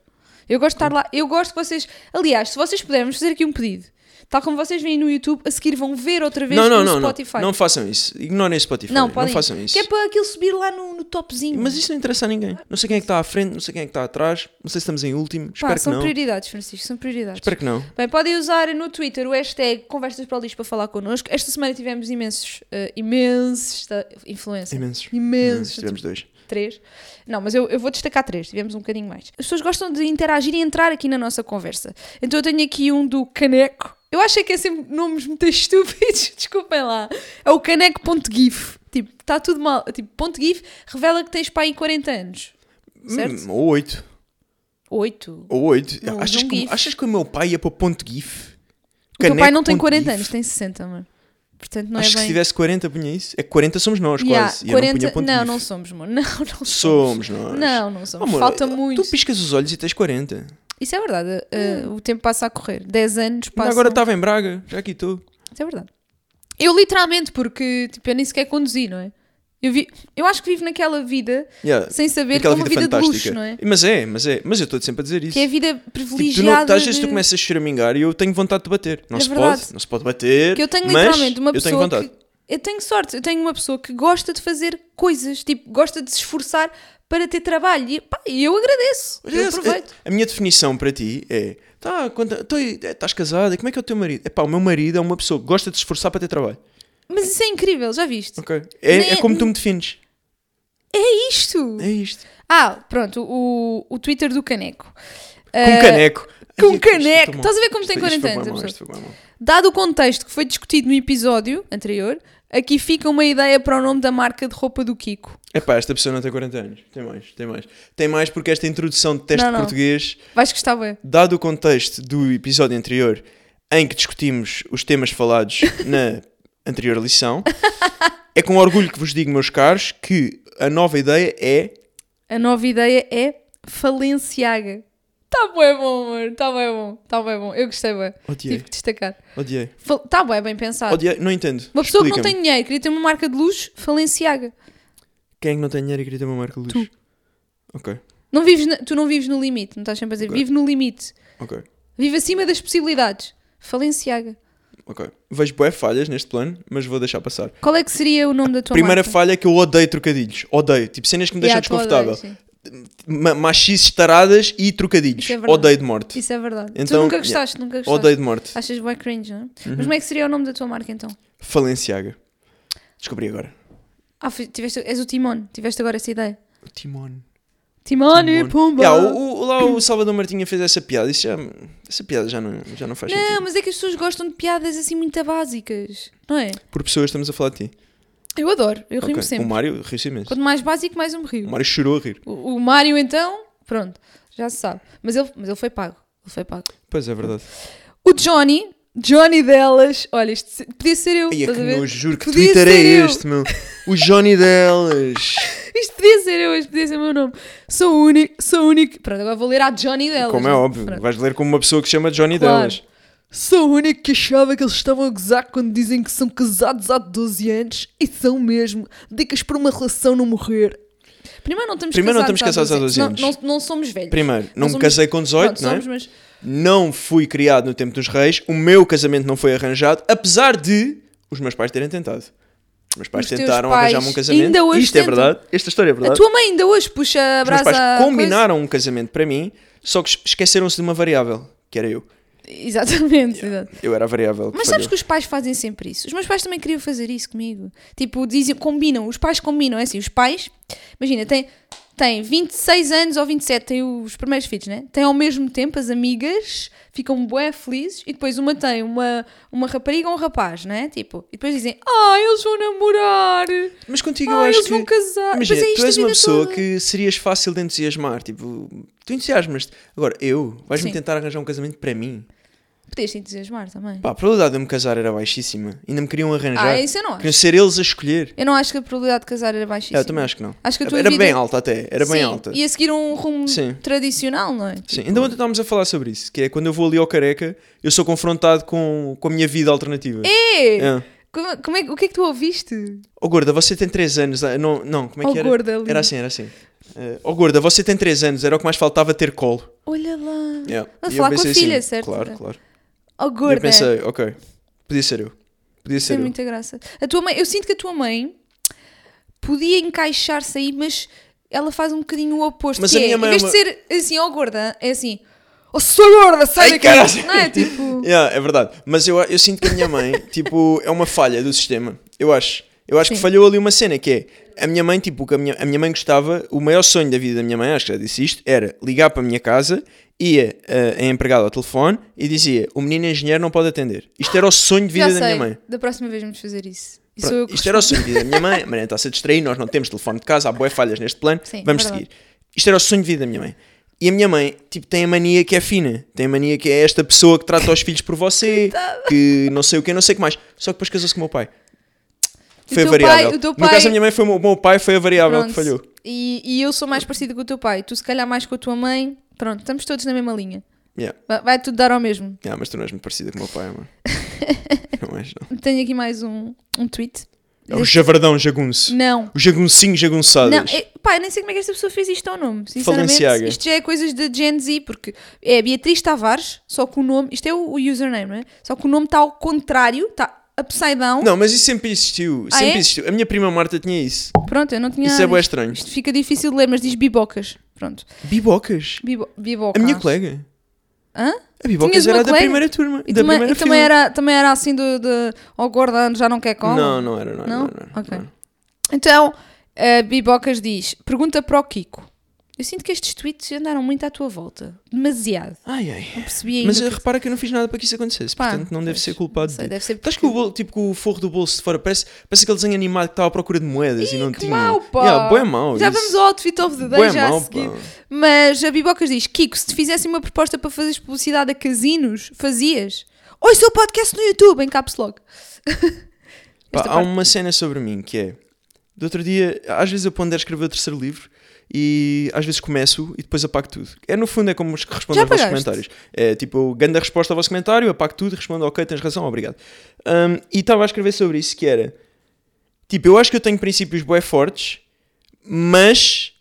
Speaker 1: Eu gosto de estar lá. Eu gosto que vocês. Aliás, se vocês pudermos fazer aqui um pedido, tal como vocês vêm no YouTube, a seguir vão ver outra vez
Speaker 2: Não, não,
Speaker 1: no
Speaker 2: não, não.
Speaker 1: Spotify.
Speaker 2: Não façam isso. Ignorem o Spotify.
Speaker 1: Não,
Speaker 2: Não,
Speaker 1: podem.
Speaker 2: façam isso.
Speaker 1: Que é para aquilo subir lá no, no topzinho.
Speaker 2: Mas isso não interessa a ninguém. Não sei quem é que está à frente, não sei quem é que está atrás, não sei se estamos em último.
Speaker 1: Pá,
Speaker 2: Espero que
Speaker 1: são
Speaker 2: não.
Speaker 1: prioridades, Francisco, são prioridades.
Speaker 2: Espero que não.
Speaker 1: Bem, podem usar no Twitter o hashtag Conversas para o Lixo para falar connosco. Esta semana tivemos imensos, eh, imensos tá, influência.
Speaker 2: Imensos.
Speaker 1: Imensos.
Speaker 2: Tivemos dois.
Speaker 1: Três. Não, mas eu, eu vou destacar três, tivemos um bocadinho mais. As pessoas gostam de interagir e entrar aqui na nossa conversa. Então eu tenho aqui um do Caneco. Eu acho que é sempre nomes muito estúpidos, desculpem lá. É o caneco.gif. Tipo, está tudo mal. Tipo, ponto .gif revela que tens pai em 40 anos. Certo?
Speaker 2: Hum, ou oito.
Speaker 1: Oito.
Speaker 2: Ou oito.
Speaker 1: Não,
Speaker 2: achas,
Speaker 1: de um
Speaker 2: que,
Speaker 1: gif.
Speaker 2: achas que o meu pai ia para o ponto GIF?
Speaker 1: O teu pai não tem
Speaker 2: Caneco
Speaker 1: 40
Speaker 2: ponto gif?
Speaker 1: anos, tem 60, mano. Portanto, não é
Speaker 2: Acho que
Speaker 1: bem...
Speaker 2: se tivesse 40 punha isso. É que 40 somos nós
Speaker 1: Yeah,
Speaker 2: quase. E
Speaker 1: 40
Speaker 2: eu não punha ponto
Speaker 1: não,
Speaker 2: gif.
Speaker 1: não somos, amor. Não, não somos.
Speaker 2: Somos nós. Oh,
Speaker 1: Não, não somos.
Speaker 2: Amor,
Speaker 1: Falta
Speaker 2: tu
Speaker 1: muito.
Speaker 2: Tu piscas os olhos e tens 40. Ainda
Speaker 1: Isso é verdade. uh, o tempo passa a correr. 10 anos passa.
Speaker 2: Hum.
Speaker 1: um-
Speaker 2: Agora estava em Braga, já aqui estou.
Speaker 1: Isso é verdade. Eu literalmente, porque tipo, eu nem sequer conduzi, não é? Eu, vi... eu acho que vivo naquela vida
Speaker 2: Yeah.
Speaker 1: sem saber
Speaker 2: Aquela
Speaker 1: que é uma
Speaker 2: vida,
Speaker 1: vida, de
Speaker 2: fantástica.
Speaker 1: luxo, não é?
Speaker 2: Mas é, mas é. Mas eu estou sempre a dizer isso.
Speaker 1: Que é a vida
Speaker 2: Tipo, tu
Speaker 1: privilegiada.
Speaker 2: não, às vezes
Speaker 1: de-
Speaker 2: tu começas a choramingar e eu tenho vontade de bater. Não
Speaker 1: É
Speaker 2: se
Speaker 1: verdade.
Speaker 2: pode, não se pode bater.
Speaker 1: Que eu tenho
Speaker 2: mas
Speaker 1: literalmente uma
Speaker 2: Eu tenho
Speaker 1: pessoa
Speaker 2: vontade.
Speaker 1: que. Eu tenho sorte, eu tenho uma pessoa que gosta de fazer coisas, tipo, gosta de se esforçar para ter trabalho. E pá, eu agradeço. eu
Speaker 2: Aliás,
Speaker 1: aproveito.
Speaker 2: A, a minha definição para ti é: tá, conta- tô- é, estás casada, como é que é o teu marido? É pá, o meu marido é uma pessoa que gosta de se esforçar para ter trabalho.
Speaker 1: Mas isso é incrível, já viste?
Speaker 2: Ok? É,
Speaker 1: Nem-
Speaker 2: é como tu me defines.
Speaker 1: É isto!
Speaker 2: É isto.
Speaker 1: Ah, pronto, o, o Twitter do Caneco.
Speaker 2: Com caneco.
Speaker 1: Ah, com
Speaker 2: Ai, é que isto
Speaker 1: caneco.
Speaker 2: tá mal.
Speaker 1: Estás a ver como
Speaker 2: Isto-
Speaker 1: tem 40
Speaker 2: isto foi
Speaker 1: anos,
Speaker 2: bué
Speaker 1: a
Speaker 2: mau,
Speaker 1: pessoa.
Speaker 2: isto foi bué mau.
Speaker 1: Dado o contexto que foi discutido no episódio anterior, aqui fica uma ideia para o nome da marca de roupa do Kiko.
Speaker 2: Epá, esta pessoa não tem 40 anos. Tem mais, tem mais. Tem mais porque esta introdução de teste
Speaker 1: Não, não.
Speaker 2: português
Speaker 1: Vais gostar, bem.
Speaker 2: dado o contexto do episódio anterior em que discutimos os temas falados na anterior lição, é com orgulho que vos digo, meus caros, que a nova ideia é
Speaker 1: A nova ideia é Falenciaga. Está bem bom, amor. Está bem bom. Está bem bom. Eu gostei bem.
Speaker 2: Odiei.
Speaker 1: Tive que destacar.
Speaker 2: odiei.
Speaker 1: Está bem, bem pensado.
Speaker 2: Odiei, não entendo.
Speaker 1: Uma pessoa que não
Speaker 2: Explica-me.
Speaker 1: tem dinheiro queria ter uma marca de luxo, Falenciaga.
Speaker 2: Quem é que não tem dinheiro e queria ter uma marca de luz? Ok,
Speaker 1: Não vives na- Tu não vives no limite, não estás sempre a dizer.
Speaker 2: Ok.
Speaker 1: Vive no limite.
Speaker 2: ok,
Speaker 1: Vive acima das possibilidades. Falenciaga.
Speaker 2: ok. Vejo boé falhas neste plano, mas vou deixar passar.
Speaker 1: Qual é que seria o nome da tua
Speaker 2: Primeira
Speaker 1: marca?
Speaker 2: falha é que eu odeio trocadilhos. Odeio. Tipo, cenas que me
Speaker 1: Yeah,
Speaker 2: deixam
Speaker 1: tu
Speaker 2: desconfortável.
Speaker 1: odeias, sim.
Speaker 2: Ma machices taradas e trocadilhos.
Speaker 1: Isso é verdade.
Speaker 2: odeio de morte.
Speaker 1: Isso é verdade. tu
Speaker 2: Então,
Speaker 1: nunca
Speaker 2: yeah.
Speaker 1: gostaste, nunca gostaste.
Speaker 2: Odeio de morte.
Speaker 1: Achas bem cringe, não é?
Speaker 2: Uhum.
Speaker 1: Mas como é que seria o nome da tua marca então?
Speaker 2: Falenciaga. Descobri agora.
Speaker 1: Ah, fi- tiveste, és o Timon, tiveste agora essa ideia.
Speaker 2: O Timone.
Speaker 1: Timon e Pumba!
Speaker 2: Yeah, o, o- lá o Salvador Martinha fez essa piada. Isso já, essa piada já não, já não faz
Speaker 1: Não,
Speaker 2: sentido.
Speaker 1: mas é que as pessoas gostam de piadas assim muito básicas, não é?
Speaker 2: Por pessoas estamos a falar de ti.
Speaker 1: Eu adoro, eu rimo
Speaker 2: Ok. O
Speaker 1: sempre.
Speaker 2: Mário riu-se imenso.
Speaker 1: Quanto mais básico, mais eu me
Speaker 2: O
Speaker 1: rio.
Speaker 2: Mário chorou a rir.
Speaker 1: O, o Mário então, pronto, já se sabe. Mas ele, mas ele foi pago, ele foi pago.
Speaker 2: Pois é, verdade.
Speaker 1: O Johnny, Johnny delas, olha, isto se- podia ser eu,
Speaker 2: Ai, é
Speaker 1: estás
Speaker 2: que
Speaker 1: a ver?
Speaker 2: nojo, juro que
Speaker 1: Podia
Speaker 2: Twitter é
Speaker 1: ser eu.
Speaker 2: este, meu. O Johnny delas.
Speaker 1: Isto podia ser eu, isto podia ser o meu nome. Sou único, sou único. Pronto, agora vou ler a Johnny delas.
Speaker 2: como é
Speaker 1: não
Speaker 2: óbvio.
Speaker 1: Pronto.
Speaker 2: Vais ler como uma pessoa que se chama Johnny
Speaker 1: Claro.
Speaker 2: delas.
Speaker 1: Sou o único que achava que eles estavam a gozar quando dizem que são casados há 12 anos e são mesmo. Dicas para uma relação não morrer. Primeiro não estamos
Speaker 2: Primeiro não
Speaker 1: casados,
Speaker 2: estamos casados há 12 anos.
Speaker 1: Não, não- não somos velhos.
Speaker 2: Primeiro, não me
Speaker 1: somos-
Speaker 2: casei com 18,
Speaker 1: Pronto,
Speaker 2: não é?
Speaker 1: somos, mas
Speaker 2: Não fui criado no tempo dos reis, o meu casamento não foi arranjado, apesar de os meus pais terem tentado. Os meus pais
Speaker 1: Os teus
Speaker 2: tentaram
Speaker 1: pais
Speaker 2: arranjar-me um casamento.
Speaker 1: ainda hoje
Speaker 2: Isto é
Speaker 1: tentam.
Speaker 2: verdade. Esta história é
Speaker 1: a
Speaker 2: verdade.
Speaker 1: tua mãe ainda hoje puxa a
Speaker 2: Os meus
Speaker 1: brasa. à
Speaker 2: pais
Speaker 1: coisa.
Speaker 2: combinaram um casamento para mim, só que es- esqueceram-se de uma variável, que era eu.
Speaker 1: Exatamente, exato.
Speaker 2: Eu era a variável. que
Speaker 1: Mas sabes
Speaker 2: falhou.
Speaker 1: que os pais fazem sempre isso. Os meus pais também queriam fazer isso comigo. Tipo, dizem, combinam, os pais combinam, é assim, os pais, imagina, tem, tem 26 anos ou 27, têm os primeiros filhos, né? Têm ao mesmo tempo as amigas, ficam bué felizes e depois uma tem uma, uma rapariga ou um rapaz, né? Tipo, e depois dizem, ah, eles vão namorar,
Speaker 2: Mas contigo eu
Speaker 1: ah,
Speaker 2: acho
Speaker 1: eles
Speaker 2: que...
Speaker 1: vão casar.
Speaker 2: Imagina,
Speaker 1: Depois é isto
Speaker 2: tu és
Speaker 1: a vida
Speaker 2: uma pessoa
Speaker 1: toda.
Speaker 2: que serias fácil de entusiasmar, tipo, tu entusiasmas-te. Agora, eu, vais-me
Speaker 1: Sim.
Speaker 2: tentar arranjar um casamento para mim.
Speaker 1: Podias te entusiasmar também.
Speaker 2: Pá, a probabilidade de eu me casar era baixíssima. Ainda me queriam arranjar.
Speaker 1: Ah, isso eu não acho.
Speaker 2: Queriam ser eles a escolher.
Speaker 1: Eu não acho que a probabilidade de casar era
Speaker 2: É,
Speaker 1: baixíssima.
Speaker 2: eu também acho que não.
Speaker 1: Acho que a tua
Speaker 2: era
Speaker 1: vida-
Speaker 2: bem alta até, era bem
Speaker 1: Sim,
Speaker 2: alta.
Speaker 1: Ia seguir um rumo
Speaker 2: Sim.
Speaker 1: tradicional, não é?
Speaker 2: Sim, ainda ontem estávamos a falar sobre isso, que é quando eu vou ali ao Careca, eu sou confrontado com, com a minha vida alternativa.
Speaker 1: É.
Speaker 2: É.
Speaker 1: Como, como é, que- o que é que tu ouviste?
Speaker 2: Oh gorda, você tem 3 anos. ah, Não, não, como é
Speaker 1: Oh,
Speaker 2: que era?
Speaker 1: gorda, ali.
Speaker 2: Era assim, era assim. Eh, oh gorda, você tem 3 anos, era o que mais faltava ter colo.
Speaker 1: Olha lá.
Speaker 2: Yeah.
Speaker 1: A
Speaker 2: E eu
Speaker 1: Ah, falar com a
Speaker 2: pensei assim,
Speaker 1: filha, certo?
Speaker 2: Claro, claro.
Speaker 1: Oh,
Speaker 2: E
Speaker 1: gorda.
Speaker 2: eu pensei, ok, podia ser eu.
Speaker 1: Tem
Speaker 2: Podia ser eu.
Speaker 1: muita graça. A tua mãe, eu sinto que a tua mãe podia encaixar-se aí, mas ela faz um bocadinho o oposto.
Speaker 2: Mas
Speaker 1: que
Speaker 2: a minha
Speaker 1: é,
Speaker 2: mãe
Speaker 1: em vez
Speaker 2: é
Speaker 1: de ser assim, oh gorda, é assim, oh sou gorda, sai
Speaker 2: Ai,
Speaker 1: daqui.
Speaker 2: caralho.
Speaker 1: Não é? Tipo,
Speaker 2: Yeah, é verdade. Mas eu, eu sinto que a minha mãe, tipo, é uma falha do sistema. Eu acho. Eu acho que
Speaker 1: Sim.
Speaker 2: falhou ali uma cena que é a minha mãe, tipo, o que a minha, a minha mãe gostava, o maior sonho da vida da minha mãe, acho que já disse isto, era ligar para a minha casa, ia eh, a empregada ao telefone e dizia: o menino engenheiro não pode atender. Isto era o sonho de vida
Speaker 1: já
Speaker 2: da
Speaker 1: sei.
Speaker 2: minha mãe.
Speaker 1: Da próxima vez vamos fazer isso. E sou eu
Speaker 2: Pronto,
Speaker 1: que
Speaker 2: isto era o sonho de vida da minha mãe. A Mariana está-se a distrair, nós não temos telefone de casa, há boé falhas neste plano.
Speaker 1: Sim,
Speaker 2: Vamos
Speaker 1: verdade.
Speaker 2: seguir. Isto era o sonho de vida da minha mãe. E a minha mãe, tipo, tem a mania que é fina. Tem a mania que é esta pessoa que trata os filhos por você, que não sei o que, não sei o que mais. Só que depois casou-se com o meu pai.
Speaker 1: E o
Speaker 2: Foi a
Speaker 1: teu
Speaker 2: variável.
Speaker 1: pai- o teu
Speaker 2: No
Speaker 1: pai-
Speaker 2: caso da minha mãe, foi o meu- o meu pai foi a variável
Speaker 1: Pronto.
Speaker 2: que falhou.
Speaker 1: E, e eu sou mais parecida com o teu pai, tu se calhar mais com a tua mãe. Pronto, estamos todos na mesma linha.
Speaker 2: Yeah.
Speaker 1: Vai, vai tudo dar ao mesmo.
Speaker 2: Yeah, mas tu não és muito parecida com o meu pai, mano. não és, não.
Speaker 1: Tenho aqui mais um, um tweet.
Speaker 2: É o javardão jagunço.
Speaker 1: Não.
Speaker 2: O jaguncinho jagunçado.
Speaker 1: Não, é, pá, eu nem sei como é que esta pessoa fez isto ao nome. Sinceramente,
Speaker 2: Balenciaga.
Speaker 1: isto já é coisas de Gen Z, porque é Beatriz Tavares, só que o nome, isto é o, o username, não é? Só que o nome está ao contrário, está upside down.
Speaker 2: Não, mas isso sempre existiu.
Speaker 1: Ah,
Speaker 2: Sempre
Speaker 1: é?
Speaker 2: existiu. A minha prima Marta tinha isso.
Speaker 1: Pronto, eu não tinha.
Speaker 2: Isso é
Speaker 1: nada
Speaker 2: bué
Speaker 1: disto.
Speaker 2: estranho.
Speaker 1: Isto fica difícil de ler, mas diz bibocas. Pronto.
Speaker 2: Bibocas.
Speaker 1: Bibo,
Speaker 2: A
Speaker 1: bibocas.
Speaker 2: minha colega.
Speaker 1: Hã?
Speaker 2: A Bibocas
Speaker 1: Tinhas uma
Speaker 2: era da
Speaker 1: colega?
Speaker 2: primeira turma.
Speaker 1: E,
Speaker 2: da
Speaker 1: também,
Speaker 2: primeira
Speaker 1: e também
Speaker 2: fila.
Speaker 1: era, também era assim de. de oh, Gordon, já não quer cola?
Speaker 2: Não, não era, não era.
Speaker 1: Não?
Speaker 2: não era,
Speaker 1: Ok.
Speaker 2: não era.
Speaker 1: Então, a Bibocas diz: pergunta para o Kiko. Eu sinto que estes tweets andaram muito à tua volta. Demasiado.
Speaker 2: Ai, ai.
Speaker 1: Não percebi ainda.
Speaker 2: Mas eh,
Speaker 1: que-
Speaker 2: repara que eu não fiz nada para que isso acontecesse,
Speaker 1: Pá,
Speaker 2: portanto não deve
Speaker 1: pois,
Speaker 2: ser culpado
Speaker 1: não sei,
Speaker 2: de.
Speaker 1: deve ser
Speaker 2: Estás
Speaker 1: porque-
Speaker 2: com o, bol- tipo, com o forro do bolso de fora, parece, parece aquele desenho animado que estava à procura de moedas e não
Speaker 1: que
Speaker 2: tinha.
Speaker 1: mau, pá.
Speaker 2: Yeah, bué mau
Speaker 1: Já
Speaker 2: isso.
Speaker 1: vamos ao outfit of the day
Speaker 2: Bué
Speaker 1: já
Speaker 2: mau,
Speaker 1: a seguir.
Speaker 2: pá.
Speaker 1: Mas a Bibocas diz: Kiko, se te fizessem uma proposta para fazeres publicidade a casinos, fazias? Oi, seu podcast no YouTube, em caps lock.
Speaker 2: Pá,
Speaker 1: Esta
Speaker 2: há
Speaker 1: parte-
Speaker 2: uma cena sobre mim que é. Do outro dia, às vezes eu pondero escrever o terceiro livro e às vezes começo e depois apago tudo. É no fundo é como os que respondem
Speaker 1: Já
Speaker 2: aos vossos
Speaker 1: apagaste?
Speaker 2: comentários. É tipo, eu ganho a resposta ao vosso comentário, apago tudo, respondo ok, tens razão, obrigado. Hum, e estava a escrever sobre isso que era. Tipo, eu acho que eu tenho princípios bué fortes, mas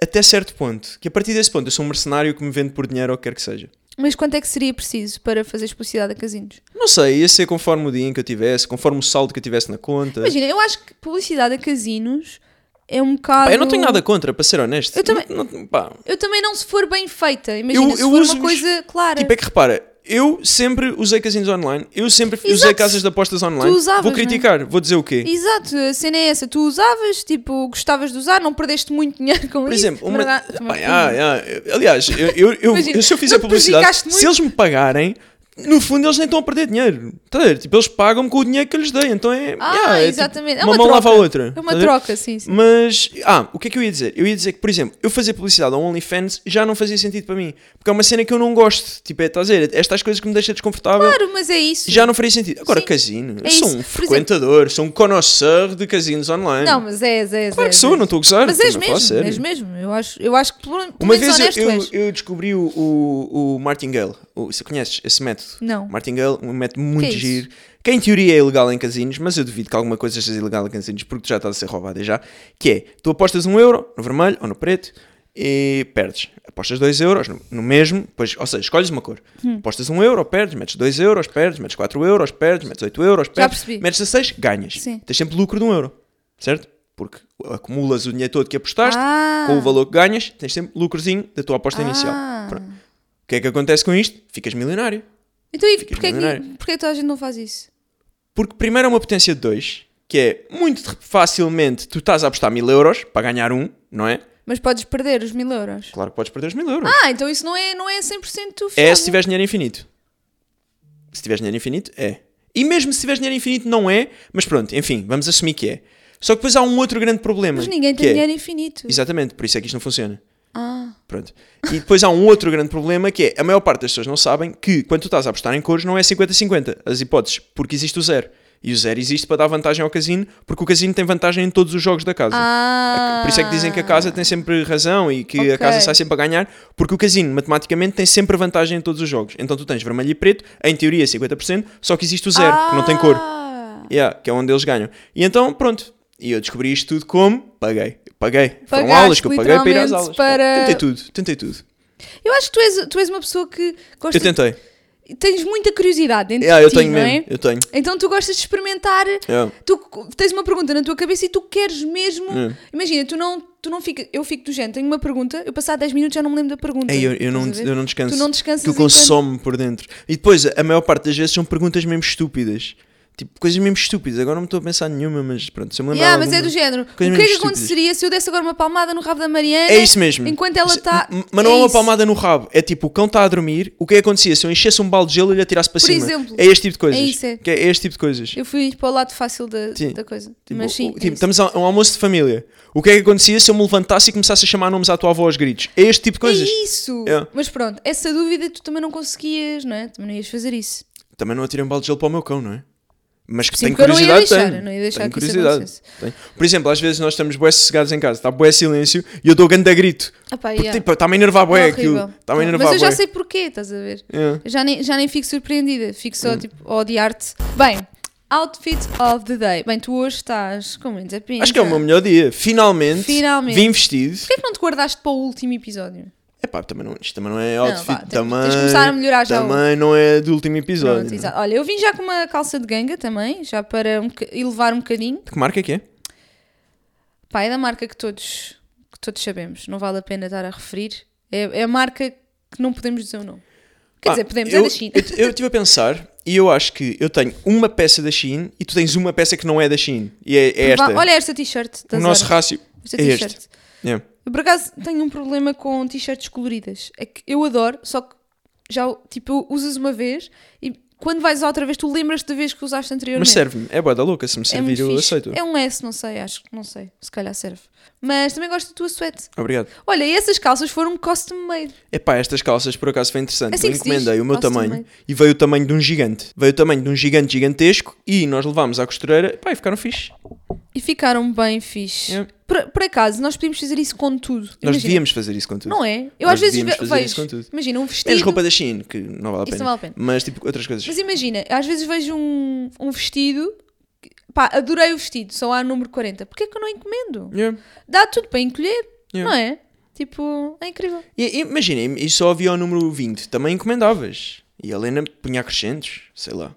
Speaker 2: até certo ponto. Que a partir desse ponto eu sou um mercenário que me vende por dinheiro ou o que quer que seja.
Speaker 1: Mas quanto é que seria preciso para fazeres publicidade a casinos?
Speaker 2: Não sei, ia ser conforme o dia em que eu tivesse, conforme o saldo que eu tivesse na conta.
Speaker 1: Imagina, eu acho que publicidade a casinos é um bocado.
Speaker 2: Pá, eu não tenho nada contra, para ser honesto.
Speaker 1: Eu também-
Speaker 2: Não- não- pá.
Speaker 1: Eu também não se for bem feita. Imagina,
Speaker 2: Eu-
Speaker 1: se
Speaker 2: eu
Speaker 1: for uma
Speaker 2: uso-os-
Speaker 1: coisa clara.
Speaker 2: Tipo, é que repara, eu sempre usei casinos online, eu sempre usei
Speaker 1: Exato.
Speaker 2: casas de apostas online.
Speaker 1: Tu usavas,
Speaker 2: vou
Speaker 1: não é?
Speaker 2: criticar, vou dizer o quê?
Speaker 1: Exato, a cena é essa. Tu usavas, tipo, gostavas de usar, não perdeste muito dinheiro com
Speaker 2: Por
Speaker 1: isso.
Speaker 2: exemplo, uma...
Speaker 1: Verdade,
Speaker 2: Pá,
Speaker 1: mas-
Speaker 2: ah, ah, eu- aliás, eu, eu- eu-
Speaker 1: Imagina,
Speaker 2: se eu fizer
Speaker 1: não te
Speaker 2: publicidade,
Speaker 1: prejudicaste muito.
Speaker 2: se eles me pagarem, no fundo eles nem estão a perder dinheiro. Tá a ver? Tipo, eles pagam com o dinheiro que eu lhes dei, então é.
Speaker 1: Ah,
Speaker 2: yeah, é tipo,
Speaker 1: exatamente. É
Speaker 2: uma,
Speaker 1: uma
Speaker 2: mão lava a
Speaker 1: troca.
Speaker 2: outra.
Speaker 1: É
Speaker 2: tá a
Speaker 1: uma
Speaker 2: ver?
Speaker 1: troca, sim, sim.
Speaker 2: Mas, ah, o que é que eu ia dizer? Eu ia dizer que, por exemplo, eu fazer publicidade ao OnlyFans já não fazia sentido para mim. Porque é uma cena que eu não gosto. Tipo, é, estás a ver? Estas coisas que me deixam desconfortável
Speaker 1: Claro, mas é isso.
Speaker 2: já não faria sentido. Agora,
Speaker 1: Sim.
Speaker 2: casino, eu
Speaker 1: É
Speaker 2: sou
Speaker 1: isso.
Speaker 2: um
Speaker 1: Por
Speaker 2: frequentador, sou um connoisseur de casinos online.
Speaker 1: Não, mas é, és, és.
Speaker 2: claro que
Speaker 1: és,
Speaker 2: sou,
Speaker 1: és.
Speaker 2: não estou a gozar.
Speaker 1: Mas és
Speaker 2: estou-me a falar
Speaker 1: mesmo,
Speaker 2: sério.
Speaker 1: és mesmo. Eu acho, eu acho que pelo, pelo
Speaker 2: Uma
Speaker 1: menos
Speaker 2: vez
Speaker 1: honesto
Speaker 2: eu,
Speaker 1: és.
Speaker 2: eu, eu descobri o, o, o Martingale, o- se conheces esse método?
Speaker 1: Não.
Speaker 2: Martingale, um método muito
Speaker 1: Que é isso?
Speaker 2: giro. Que em teoria é ilegal em casinos, mas eu duvido que alguma coisa seja ilegal em casinos porque tu já estás a ser roubada já. Que é, tu apostas um euro no vermelho ou no preto e perdes. Apostas dois euros no, no mesmo, pois, ou seja, escolhes uma cor.
Speaker 1: Hum.
Speaker 2: Apostas um euro, perdes, metes dois euros, perdes, metes quatro euros, perdes, metes oito euros, perdes,
Speaker 1: percebi.
Speaker 2: metes 16, ganhas.
Speaker 1: Sim.
Speaker 2: Tens sempre lucro de um euro, certo? Porque acumulas o dinheiro todo que apostaste,
Speaker 1: Ah.
Speaker 2: com o valor que ganhas, tens sempre lucrozinho da tua aposta inicial.
Speaker 1: Ah.
Speaker 2: Pronto. O que é que acontece com isto? Ficas milionário.
Speaker 1: Então, e
Speaker 2: Ficas
Speaker 1: porquê é que,
Speaker 2: milionário.
Speaker 1: porquê é que toda a gente não faz isso?
Speaker 2: Porque primeiro é uma potência de 2, que é muito facilmente tu estás a apostar mil euros para ganhar um, não é?
Speaker 1: Mas podes perder os mil euros.
Speaker 2: Claro que podes perder os mil euros.
Speaker 1: Ah, então isso não é, não é 100% fiável.
Speaker 2: é se tiveres dinheiro infinito. Se tiveres dinheiro infinito, é. E mesmo se tiveres dinheiro infinito, não é. Mas pronto, enfim, vamos assumir que é. Só que depois há um outro grande problema.
Speaker 1: Mas ninguém
Speaker 2: que
Speaker 1: tem
Speaker 2: é-
Speaker 1: dinheiro infinito.
Speaker 2: Exatamente, por isso é que isto não funciona.
Speaker 1: Ah,
Speaker 2: Pronto. E depois há um outro grande problema que é a maior parte das pessoas não sabem que quando tu estás a apostar em cores não é 50-50 as hipóteses, porque existe o zero. E o zero existe para dar vantagem ao casino, porque o casino tem vantagem em todos os jogos da casa.
Speaker 1: Ah.
Speaker 2: Por isso é que dizem que a casa tem sempre razão e que
Speaker 1: Ok.
Speaker 2: a casa sai sempre a ganhar, porque o casino matematicamente tem sempre vantagem em todos os jogos. Então tu tens vermelho e preto, em teoria 50%, só que existe o zero, que não tem cor.
Speaker 1: Ah.
Speaker 2: Yeah, que é onde eles ganham. E então, pronto. E eu descobri isto tudo como? Paguei. Paguei. Foram
Speaker 1: Pagaste,
Speaker 2: aulas que eu paguei para ir às
Speaker 1: literalmente,
Speaker 2: aulas.
Speaker 1: para-
Speaker 2: Tentei tudo, tentei tudo.
Speaker 1: Eu acho que tu és, tu és uma pessoa que gosta
Speaker 2: Eu tentei.
Speaker 1: tens muita curiosidade dentro
Speaker 2: Yeah,
Speaker 1: de
Speaker 2: eu
Speaker 1: ti,
Speaker 2: tenho
Speaker 1: não
Speaker 2: mesmo.
Speaker 1: é?
Speaker 2: Eu tenho.
Speaker 1: Então tu gostas de experimentar,
Speaker 2: Yeah.
Speaker 1: tu c- tens uma pergunta na tua cabeça e tu queres mesmo.
Speaker 2: Hum.
Speaker 1: Imagina, tu não, tu não fica, eu fico do género, tenho uma pergunta, eu passar 10 minutos já não me lembro da pergunta.
Speaker 2: Ei, eu, eu não,
Speaker 1: Estás a ver?
Speaker 2: eu não descanso.
Speaker 1: Tu não descansas
Speaker 2: Aquilo
Speaker 1: enquanto-
Speaker 2: consome-me por dentro. E depois, a maior parte das vezes são perguntas mesmo estúpidas. Tipo, coisas mesmo estúpidas. Agora não me estou a pensar em nenhuma, mas pronto, se eu me lembrar.
Speaker 1: Yeah,
Speaker 2: de
Speaker 1: mas é do
Speaker 2: alguma-
Speaker 1: género. O que
Speaker 2: Coisas
Speaker 1: é
Speaker 2: mesmo
Speaker 1: que
Speaker 2: estúpidas.
Speaker 1: aconteceria se eu desse agora uma palmada no rabo da Mariana?
Speaker 2: É isso mesmo.
Speaker 1: Enquanto ela
Speaker 2: Isso-
Speaker 1: está.
Speaker 2: M- Mas não é uma
Speaker 1: isso.
Speaker 2: palmada no rabo. É tipo, o cão está a dormir. O que é que acontecia? Se eu enchesse um balde de gelo e lhe atirasse para
Speaker 1: Por
Speaker 2: cima.
Speaker 1: exemplo.
Speaker 2: É este tipo de coisas.
Speaker 1: É isso, é.
Speaker 2: Que é este tipo de coisas.
Speaker 1: Eu fui para o lado fácil da,
Speaker 2: Sim.
Speaker 1: da coisa.
Speaker 2: Tipo,
Speaker 1: mas sim.
Speaker 2: o-
Speaker 1: é
Speaker 2: tipo,
Speaker 1: isso.
Speaker 2: estamos a a um almoço de família. O que é que acontecia se eu me levantasse e começasse a chamar nomes à tua avó aos gritos? É este tipo de coisas.
Speaker 1: É isso!
Speaker 2: Yeah.
Speaker 1: Mas pronto, essa dúvida tu também não conseguias, não é? Também não ias fazer isso.
Speaker 2: Também não atirei um balde de gelo para o meu cão, não é? Mas que
Speaker 1: Sim,
Speaker 2: tenho
Speaker 1: porque eu não ia
Speaker 2: curiosidade,
Speaker 1: deixar,
Speaker 2: tenho.
Speaker 1: eu não ia deixar
Speaker 2: Tenho
Speaker 1: que isso
Speaker 2: curiosidade.
Speaker 1: acontecesse.
Speaker 2: Tenho. Por exemplo, às vezes nós estamos bué sossegados em casa, está bué silêncio e eu dou grande a grito.
Speaker 1: Ah pá,
Speaker 2: Porque
Speaker 1: yeah.
Speaker 2: tipo, está-me a enervar
Speaker 1: É
Speaker 2: bué
Speaker 1: horrível.
Speaker 2: aquilo. Está-me a
Speaker 1: Mas
Speaker 2: enervar
Speaker 1: eu já
Speaker 2: bué.
Speaker 1: sei porquê, estás a ver?
Speaker 2: Yeah.
Speaker 1: Eu Já, nem, já nem fico surpreendida, fico só
Speaker 2: Hum.
Speaker 1: tipo a odiar-te. Bem, outfit of the day. Bem, tu hoje estás com menos a pinta.
Speaker 2: Acho que é o meu melhor dia. Finalmente,
Speaker 1: Finalmente.
Speaker 2: vim vestido.
Speaker 1: Porquê é que não te guardaste para o último episódio?
Speaker 2: Epá, também não, isto também não é
Speaker 1: vá,
Speaker 2: outfit.
Speaker 1: tens-
Speaker 2: também,
Speaker 1: tens de começar a melhorar já o-
Speaker 2: Também não é do último episódio.
Speaker 1: Pronto,
Speaker 2: não é?
Speaker 1: exato. Olha, eu vim já com uma calça de ganga também, já para um boca- elevar um bocadinho.
Speaker 2: De que marca é que é?
Speaker 1: Pá, é da marca que todos, que todos sabemos, não vale a pena estar a referir. É, é a marca que não podemos dizer o nome. Quer
Speaker 2: Pá,
Speaker 1: dizer, podemos,
Speaker 2: Ah, eu,
Speaker 1: é da China.
Speaker 2: Eu eu estive a pensar e eu acho que eu tenho uma peça da Shein e tu tens uma peça que não é da Shein. E é, é esta.
Speaker 1: Vá- Olha esta t-shirt. da
Speaker 2: o nosso
Speaker 1: Zara.
Speaker 2: rácio
Speaker 1: Esta
Speaker 2: é
Speaker 1: t-shirt.
Speaker 2: este. Yeah.
Speaker 1: Eu por acaso tenho um problema com t-shirts coloridas. É que eu adoro, só que já tipo, usas uma vez e quando vais outra vez tu lembras-te da vez que usaste anteriormente.
Speaker 2: Mas serve-me. É boa da louca. Se me
Speaker 1: é
Speaker 2: servir,
Speaker 1: muito
Speaker 2: eu
Speaker 1: fixe.
Speaker 2: aceito.
Speaker 1: É um S, não sei, acho que não sei. Se calhar serve. Mas também gosto da tua suéte.
Speaker 2: Obrigado.
Speaker 1: Olha, e essas calças foram custom made.
Speaker 2: Epá, estas calças por acaso foi interessante.
Speaker 1: É assim
Speaker 2: eu
Speaker 1: que se diz,
Speaker 2: encomendei o meu
Speaker 1: custom
Speaker 2: tamanho
Speaker 1: made.
Speaker 2: e veio o tamanho de um gigante. Veio o tamanho de um gigante gigantesco e nós levámos à costureira Epá, e ficaram fixe.
Speaker 1: E ficaram bem fixe.
Speaker 2: Yeah.
Speaker 1: Por, por acaso, nós podíamos fazer isso com tudo.
Speaker 2: É. Nós
Speaker 1: Imagina,
Speaker 2: devíamos fazer isso com tudo.
Speaker 1: Não é? Eu
Speaker 2: Nós
Speaker 1: às vezes
Speaker 2: devíamos
Speaker 1: ve-
Speaker 2: fazer isso com
Speaker 1: vejo.
Speaker 2: tudo.
Speaker 1: Imagina um
Speaker 2: Menos
Speaker 1: vestido.
Speaker 2: roupa da Shein, que não vale a
Speaker 1: Isso
Speaker 2: pena.
Speaker 1: não vale a pena.
Speaker 2: Mas tipo outras coisas.
Speaker 1: Mas imagina, às vezes vejo um, um vestido. que- Pá, adorei o vestido, só há número 40. Porquê que eu não encomendo?
Speaker 2: Yeah.
Speaker 1: Dá tudo para encolher,
Speaker 2: Yeah.
Speaker 1: não é? Tipo, é incrível.
Speaker 2: E, e imagina, e só havia o número 20, também encomendavas. E a Helena punha acrescentos, sei lá.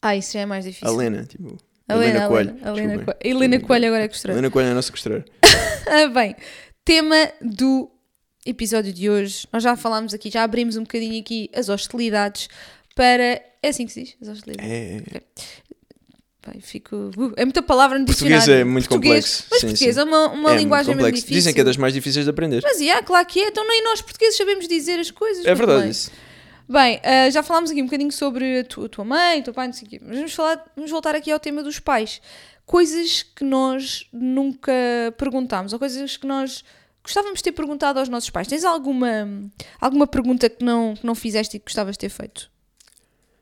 Speaker 1: Ah, isso já é mais difícil.
Speaker 2: A Helena, tipo.
Speaker 1: A Helena, a
Speaker 2: Coelho.
Speaker 1: Helena, a Helena
Speaker 2: desculpem.
Speaker 1: Coelho. A Helena
Speaker 2: Desculpem.
Speaker 1: Coelho agora é que
Speaker 2: A
Speaker 1: costura.
Speaker 2: Helena Coelho é a nossa costureira.
Speaker 1: Ah, bem, tema do episódio de hoje. Nós já falámos aqui, já abrimos um bocadinho aqui as hostilidades para. É assim que se diz? As hostilidades.
Speaker 2: É, é,
Speaker 1: Bem, fico... uh, é muita palavra no
Speaker 2: Português
Speaker 1: dicionário.
Speaker 2: é muito complexo.
Speaker 1: Mas
Speaker 2: Sim,
Speaker 1: português
Speaker 2: sim.
Speaker 1: é uma, uma
Speaker 2: é muito
Speaker 1: linguagem muito
Speaker 2: complexo.
Speaker 1: difícil.
Speaker 2: Dizem que é das mais difíceis de aprender.
Speaker 1: Mas, yeah, claro que é. Então nem nós portugueses sabemos dizer as coisas.
Speaker 2: é
Speaker 1: muito
Speaker 2: verdade
Speaker 1: bem.
Speaker 2: isso.
Speaker 1: Bem, ah, já falámos aqui um bocadinho sobre a, tu- a tua mãe, o teu pai, não sei o quê. Mas vamos, falar, vamos voltar aqui ao tema dos pais. Coisas que nós nunca perguntámos ou coisas que nós gostávamos de ter perguntado aos nossos pais. Tens alguma, alguma pergunta que não, que não fizeste e que gostavas de ter feito?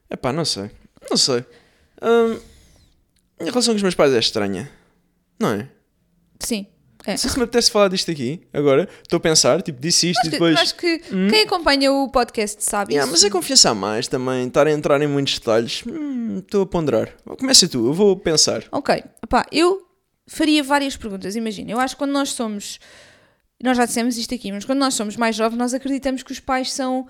Speaker 2: É pá, não sei. Não sei. Hum, a minha relação com os meus pais é estranha. Não é?
Speaker 1: Sim. É.
Speaker 2: Não sei se me apetece falar disto aqui agora. Estou a pensar, tipo, disse isto
Speaker 1: Acho
Speaker 2: e
Speaker 1: que,
Speaker 2: depois.
Speaker 1: acho que quem acompanha o podcast sabe
Speaker 2: Hum? Yeah,
Speaker 1: isso.
Speaker 2: mas é confiança a mais também, estar a entrar em muitos detalhes. Hum, Estou a ponderar. Começa tu, eu vou pensar.
Speaker 1: Ok, pá, eu faria várias perguntas, imagina. Eu acho que quando nós somos. Nós já dissemos isto aqui, mas quando nós somos mais jovens, nós acreditamos que os pais são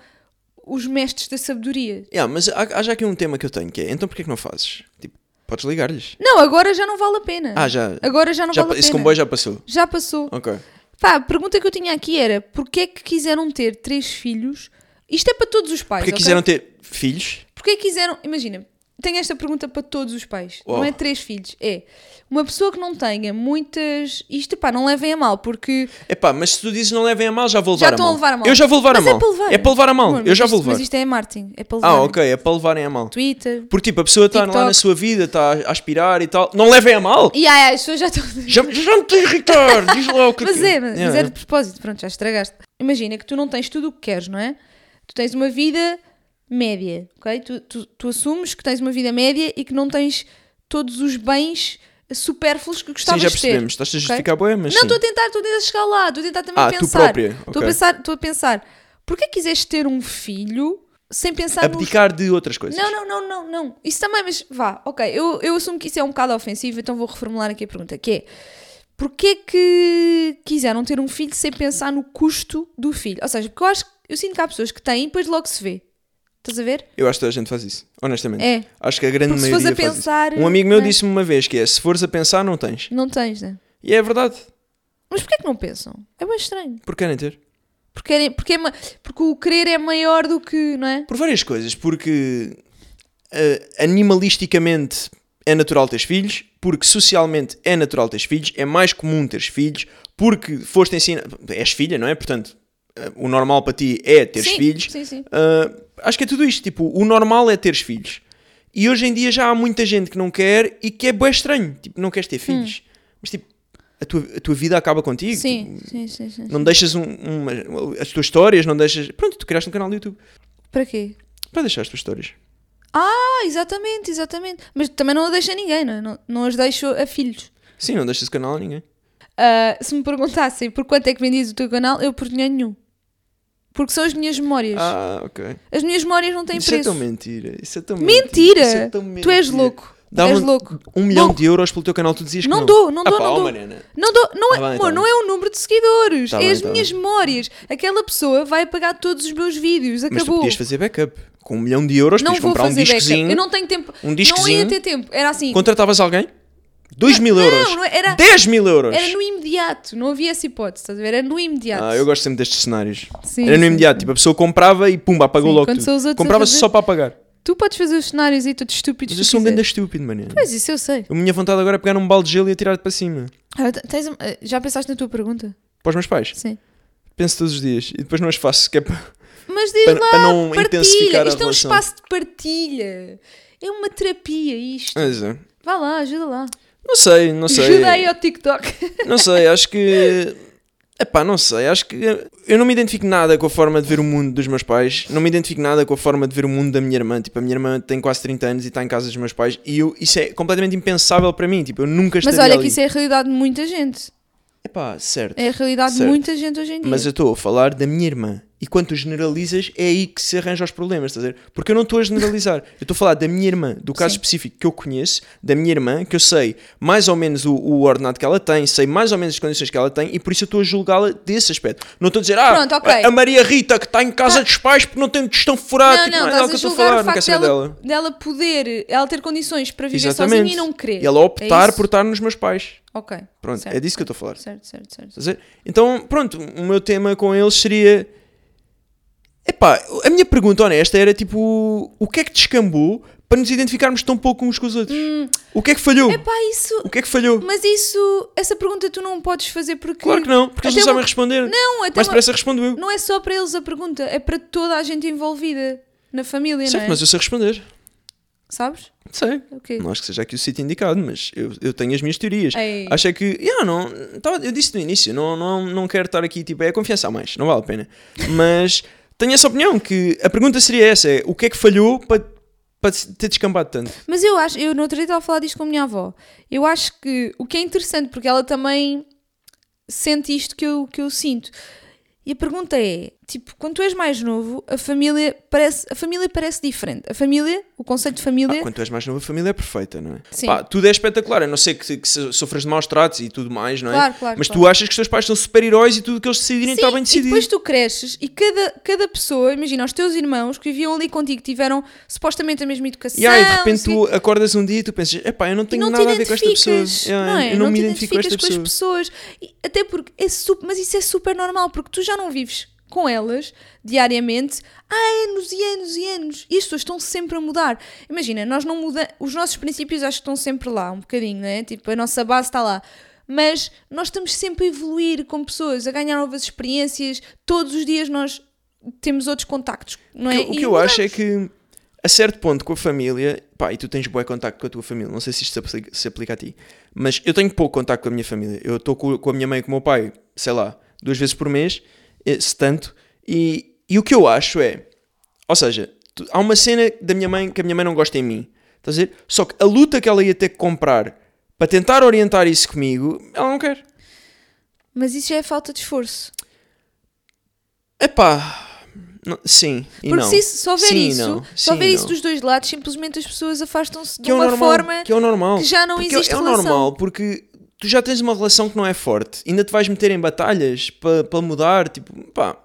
Speaker 1: os mestres da sabedoria.
Speaker 2: Yeah, mas há, há já aqui um tema que eu tenho que é: então porquê que não fazes? Tipo, podes ligar-lhes.
Speaker 1: Não, agora já não vale a pena.
Speaker 2: Ah, já.
Speaker 1: Agora já não vale
Speaker 2: já
Speaker 1: a
Speaker 2: pa-
Speaker 1: pena.
Speaker 2: esse comboio já passou.
Speaker 1: Já passou.
Speaker 2: Ok.
Speaker 1: Pá, a pergunta que eu tinha aqui era: porquê é que quiseram ter três filhos? Isto é para todos os pais.
Speaker 2: Porque
Speaker 1: ok?
Speaker 2: quiseram ter filhos?
Speaker 1: Porquê quiseram. Imagina, tenho esta pergunta para todos os pais.
Speaker 2: Uau.
Speaker 1: Não é três filhos. É uma pessoa que não tenha muitas. Isto, pá, não levem a mal, porque.
Speaker 2: Epá, mas se tu dizes não levem a mal, já vou levar
Speaker 1: Já
Speaker 2: a
Speaker 1: estão
Speaker 2: mal.
Speaker 1: a levar a mal.
Speaker 2: Eu já vou levar
Speaker 1: Mas
Speaker 2: a mal.
Speaker 1: é para levar.
Speaker 2: É para levar a mal.
Speaker 1: Amor,
Speaker 2: eu
Speaker 1: mas
Speaker 2: já
Speaker 1: isto-
Speaker 2: vou levar.
Speaker 1: Mas isto é marketing. É para levar.
Speaker 2: Ah, ok, é para levarem a mal.
Speaker 1: Twitter.
Speaker 2: Porque tipo, a pessoa está lá na
Speaker 1: TikTok.
Speaker 2: sua vida, está a aspirar e tal. Não levem a mal!
Speaker 1: E ai, ai, as pessoas já estão.
Speaker 2: Já, já me estou a irritar! Diz lá o que
Speaker 1: Mas é, mas,
Speaker 2: Yeah,
Speaker 1: mas
Speaker 2: yeah.
Speaker 1: era de propósito, pronto, já estragaste. Imagina que tu não tens tudo o que queres, não é? Tu tens uma vida média, ok? Tu, tu, tu assumes que tens uma vida média e que não tens todos os bens supérfluos que
Speaker 2: Sim,
Speaker 1: gostavas
Speaker 2: já
Speaker 1: de ter.
Speaker 2: percebemos. Estás a
Speaker 1: ok?
Speaker 2: justificar boa, mas.
Speaker 1: não,
Speaker 2: sim.
Speaker 1: estou a tentar, estou a tentar chegar lá, estou a tentar também
Speaker 2: Ah, tu
Speaker 1: pensar.
Speaker 2: própria,
Speaker 1: Estou
Speaker 2: ok.
Speaker 1: a pensar, estou a pensar, porquê quiseste ter um filho sem pensar nos-
Speaker 2: Abdicar de outras coisas.
Speaker 1: Não, não, não, não, não. Isso também, mas vá, ok. Eu, eu assumo que isso é um bocado ofensivo, então vou reformular aqui a pergunta, que é porquê que quiseram ter um filho sem pensar no custo do filho? Ou seja, porque eu acho que- eu sinto que há pessoas que têm e depois logo se vê. Estás a ver?
Speaker 2: Eu acho que toda a gente faz isso, honestamente.
Speaker 1: É.
Speaker 2: Acho que a grande
Speaker 1: Porque se
Speaker 2: maioria
Speaker 1: fores a
Speaker 2: faz
Speaker 1: pensar,
Speaker 2: isso. Um amigo meu
Speaker 1: né?
Speaker 2: disse-me uma vez que é: se fores a pensar, não tens.
Speaker 1: Não tens, né?
Speaker 2: E é verdade.
Speaker 1: Mas porquê que não pensam? É bem estranho.
Speaker 2: Porque querem ter.
Speaker 1: Porque, é, porque, é ma- porque o querer é maior do que, não é?
Speaker 2: Por várias coisas, porque eh, animalisticamente é natural teres filhos, porque socialmente é natural teres filhos, é mais comum teres filhos, porque foste ensinado. És filha, não é? Portanto, eh, o normal para ti é teres
Speaker 1: sim,
Speaker 2: filhos.
Speaker 1: Sim, sim.
Speaker 2: Ah, acho que é tudo isto. Tipo, o normal é teres filhos. E hoje em dia já há muita gente que não quer e que é bem estranho. Tipo, não queres ter filhos. Mas tipo, a tua, a tua vida acaba contigo. tipo,
Speaker 1: Hum. Sim, sim, sim, sim.
Speaker 2: não deixas um- uma- as tuas histórias, não deixas. Pronto, tu criaste um canal do YouTube
Speaker 1: Para quê?
Speaker 2: para deixar as tuas histórias.
Speaker 1: Ah, exatamente, exatamente. Mas também não a deixa ninguém, não é? Não, não as deixo a filhos.
Speaker 2: Sim, não deixas o canal a ninguém.
Speaker 1: Ah, se me perguntassem por quanto é que vendias o teu canal, eu por dinheiro nenhum. Porque são as minhas memórias.
Speaker 2: Ah, ok.
Speaker 1: As minhas memórias não têm
Speaker 2: Isso é
Speaker 1: preço.
Speaker 2: tão mentira. Isso é tão
Speaker 1: mentira!
Speaker 2: Isso é tão
Speaker 1: Tu és
Speaker 2: mentira.
Speaker 1: louco.
Speaker 2: Davam
Speaker 1: és louco.
Speaker 2: um milhão
Speaker 1: Louco.
Speaker 2: de euros pelo teu canal, tu dizias que
Speaker 1: Não
Speaker 2: não.
Speaker 1: dou, não
Speaker 2: Ah
Speaker 1: dou,
Speaker 2: pá,
Speaker 1: não
Speaker 2: ó,
Speaker 1: dou.
Speaker 2: Mariana.
Speaker 1: Não, dou, não, é,
Speaker 2: Tá bem,
Speaker 1: amor,
Speaker 2: tá
Speaker 1: não é o número de seguidores,
Speaker 2: Tá
Speaker 1: é
Speaker 2: bem,
Speaker 1: as
Speaker 2: tá
Speaker 1: minhas memórias. Aquela pessoa vai pagar todos os meus vídeos,
Speaker 2: Mas tu
Speaker 1: acabou.
Speaker 2: podias fazer backup. Com um milhão de euros,
Speaker 1: não
Speaker 2: podias
Speaker 1: vou
Speaker 2: comprar um
Speaker 1: fazer backup.
Speaker 2: discozinho.
Speaker 1: Eu não tenho tempo.
Speaker 2: um disquezinho.
Speaker 1: Não ia ter tempo. Era assim,
Speaker 2: Contratavas alguém? 2 mil
Speaker 1: não,
Speaker 2: euros?
Speaker 1: não, é- era-
Speaker 2: 10 mil euros!
Speaker 1: era no imediato, não havia essa hipótese, estás a ver? Era no imediato.
Speaker 2: Ah, eu gosto sempre destes cenários.
Speaker 1: Sim,
Speaker 2: era no
Speaker 1: sim,
Speaker 2: imediato, tipo, a pessoa comprava e pumba, apagou
Speaker 1: Sim,
Speaker 2: logo
Speaker 1: quando são os
Speaker 2: tudo.
Speaker 1: outros a
Speaker 2: Comprava-se
Speaker 1: fazer-
Speaker 2: só para apagar.
Speaker 1: Tu podes fazer os cenários aí todos estúpidos.
Speaker 2: Mas
Speaker 1: se
Speaker 2: eu
Speaker 1: tu
Speaker 2: sou um ganda
Speaker 1: quiseres.
Speaker 2: estúpido, maninho.
Speaker 1: Mas isso eu sei.
Speaker 2: A minha vontade agora é pegar um balde de gelo e atirar-te para cima.
Speaker 1: Ah, t- tens- ah, já pensaste na tua pergunta?
Speaker 2: Para os meus pais.
Speaker 1: Sim.
Speaker 2: Penso todos os dias. E depois não as faço, que é para...
Speaker 1: Mas diz
Speaker 2: Para-
Speaker 1: lá,
Speaker 2: para não intensificar
Speaker 1: partilha.
Speaker 2: a
Speaker 1: Isto é um
Speaker 2: relação.
Speaker 1: espaço de partilha. É uma terapia isto.
Speaker 2: Mas, é.
Speaker 1: Vá lá, ajuda lá.
Speaker 2: Não sei, não sei.
Speaker 1: Ajuda aí ao TikTok.
Speaker 2: Não sei, acho que. Epá, não sei, acho que. Eu não me identifico nada com a forma de ver o mundo dos meus pais, não me identifico nada com a forma de ver o mundo da minha irmã. Tipo, a minha irmã tem quase 30 anos e está em casa dos meus pais e eu, isso é completamente impensável para mim. Tipo, eu nunca
Speaker 1: Mas
Speaker 2: estaria
Speaker 1: olha
Speaker 2: ali.
Speaker 1: que isso é a realidade de muita gente.
Speaker 2: Epá, certo.
Speaker 1: É a realidade de
Speaker 2: Certo.
Speaker 1: muita gente hoje em dia.
Speaker 2: Mas eu estou a falar da minha irmã. E quando tu generalizas, é aí que se arranjam os problemas, estás a ver? Porque eu não estou a generalizar. Eu estou a falar da minha irmã, do caso
Speaker 1: Sim.
Speaker 2: específico que eu conheço, da minha irmã, que eu sei mais ou menos o, o ordenado que ela tem, sei mais ou menos as condições que ela tem, e por isso eu estou a julgá-la desse aspecto. Não estou a dizer, ah,
Speaker 1: Pronto, ok. Tá.
Speaker 2: a- a Maria Rita que está em casa dos pais porque não tem testão furado,
Speaker 1: Não,
Speaker 2: tipo,
Speaker 1: não,
Speaker 2: não, é
Speaker 1: estás
Speaker 2: o que
Speaker 1: a
Speaker 2: eu estou a
Speaker 1: julgar
Speaker 2: falar,
Speaker 1: o
Speaker 2: não quero
Speaker 1: facto
Speaker 2: saber
Speaker 1: dela,
Speaker 2: dela.
Speaker 1: dela poder, eh, ela ter condições para viver sozinha e não querer.
Speaker 2: E ela optar
Speaker 1: É isso?
Speaker 2: por estar nos meus pais.
Speaker 1: Ok.
Speaker 2: Pronto,
Speaker 1: certo,
Speaker 2: é disso que eu estou a falar.
Speaker 1: Certo, certo, certo.
Speaker 2: Estás a ver? Então, pronto, o meu tema com eles seria. Epá, a minha pergunta honesta era tipo: o que é que descambou para nos identificarmos tão pouco uns com os outros?
Speaker 1: Hum.
Speaker 2: O que é que falhou?
Speaker 1: Epá, isso.
Speaker 2: O que é que falhou?
Speaker 1: Mas isso. Essa pergunta tu não podes fazer porque.
Speaker 2: Claro que não, porque eles
Speaker 1: Até
Speaker 2: não sabem
Speaker 1: uma-
Speaker 2: responder.
Speaker 1: Não, até
Speaker 2: Mais
Speaker 1: uma-
Speaker 2: depressa respondo eu.
Speaker 1: Não é só para eles a pergunta, é para toda a gente envolvida na família,
Speaker 2: certo,
Speaker 1: não é?
Speaker 2: mas eu sei responder.
Speaker 1: Sabes? É
Speaker 2: Sei.
Speaker 1: O quê?
Speaker 2: Não acho que seja aqui o sítio indicado, mas eu, eu tenho as minhas teorias.
Speaker 1: Ei.
Speaker 2: Acho é que. Yeah, não, tava- eu disse no início, não, não, não quero estar aqui, tipo, é confiança a mais, não vale a pena. Mas tenho essa opinião, que a pergunta seria essa: é, o que é que falhou para, para ter descambado tanto?
Speaker 1: Mas eu acho, eu no outro dia estava a falar disto com a minha avó. Eu acho que o que é interessante, porque ela também sente isto que eu, que eu sinto. E a pergunta é, tipo, quando tu és mais novo, a família parece, a família parece diferente. A família, o conceito de família,
Speaker 2: Ah, quando tu és mais novo, a família é perfeita, não é?
Speaker 1: Sim.
Speaker 2: Pá, tudo é espetacular, a não ser que, que so- sofras de maus tratos e tudo mais, não é?
Speaker 1: Claro, claro,
Speaker 2: Mas tu
Speaker 1: claro.
Speaker 2: achas que os teus pais são super-heróis e tudo o que eles decidirem está bem
Speaker 1: e
Speaker 2: decidido.
Speaker 1: depois tu cresces e cada, cada pessoa, imagina, os teus irmãos que viviam ali contigo, tiveram supostamente a mesma educação.
Speaker 2: E aí, de repente,
Speaker 1: sei-
Speaker 2: tu acordas um dia e tu pensas, epá, eu não
Speaker 1: e
Speaker 2: tenho
Speaker 1: não te
Speaker 2: nada a ver com esta pessoa.
Speaker 1: identificas,
Speaker 2: Yeah,
Speaker 1: não é?
Speaker 2: Eu não, me
Speaker 1: te
Speaker 2: identifico com esta
Speaker 1: identificas
Speaker 2: pessoa.
Speaker 1: as pessoas. E até porque é super, mas isso é super normal, porque tu já não vives com elas diariamente há anos e anos e anos. E as pessoas estão sempre a mudar. Imagina, nós não muda, os nossos princípios acho que estão sempre lá, um bocadinho, não é? Tipo, a nossa base está lá. Mas nós estamos sempre a evoluir como pessoas, a ganhar novas experiências, todos os dias nós temos outros contactos, não
Speaker 2: O que
Speaker 1: é?
Speaker 2: eu- O
Speaker 1: E
Speaker 2: que eu
Speaker 1: mudamos.
Speaker 2: acho é que, a certo ponto, com a família, pá, e tu tens bué contacto com a tua família, não sei se isto se aplica, se aplica a ti, mas eu tenho pouco contacto com a minha família. Eu estou com, com a minha mãe e com o meu pai, sei lá, duas vezes por mês, eh, se tanto, e, e o que eu acho é, ou seja, tu- há uma cena da minha mãe que a minha mãe não gosta em mim, estás a ver? Só que a luta que ela ia ter que comprar para tentar orientar isso comigo, ela não quer.
Speaker 1: Mas isso já é falta de esforço.
Speaker 2: Epá, não- sim e
Speaker 1: Porque
Speaker 2: não.
Speaker 1: se, isso- se houver
Speaker 2: Sim e
Speaker 1: isso,
Speaker 2: não.
Speaker 1: se
Speaker 2: Sim e
Speaker 1: houver isso
Speaker 2: não.
Speaker 1: dos dois lados, simplesmente as pessoas afastam-se de
Speaker 2: é o
Speaker 1: uma
Speaker 2: normal,
Speaker 1: forma
Speaker 2: que é o normal.
Speaker 1: que já não
Speaker 2: Porque
Speaker 1: existe
Speaker 2: é, o
Speaker 1: relação.
Speaker 2: normal porque tu já tens uma relação que não é forte, ainda te vais meter em batalhas para mudar, tipo, pá.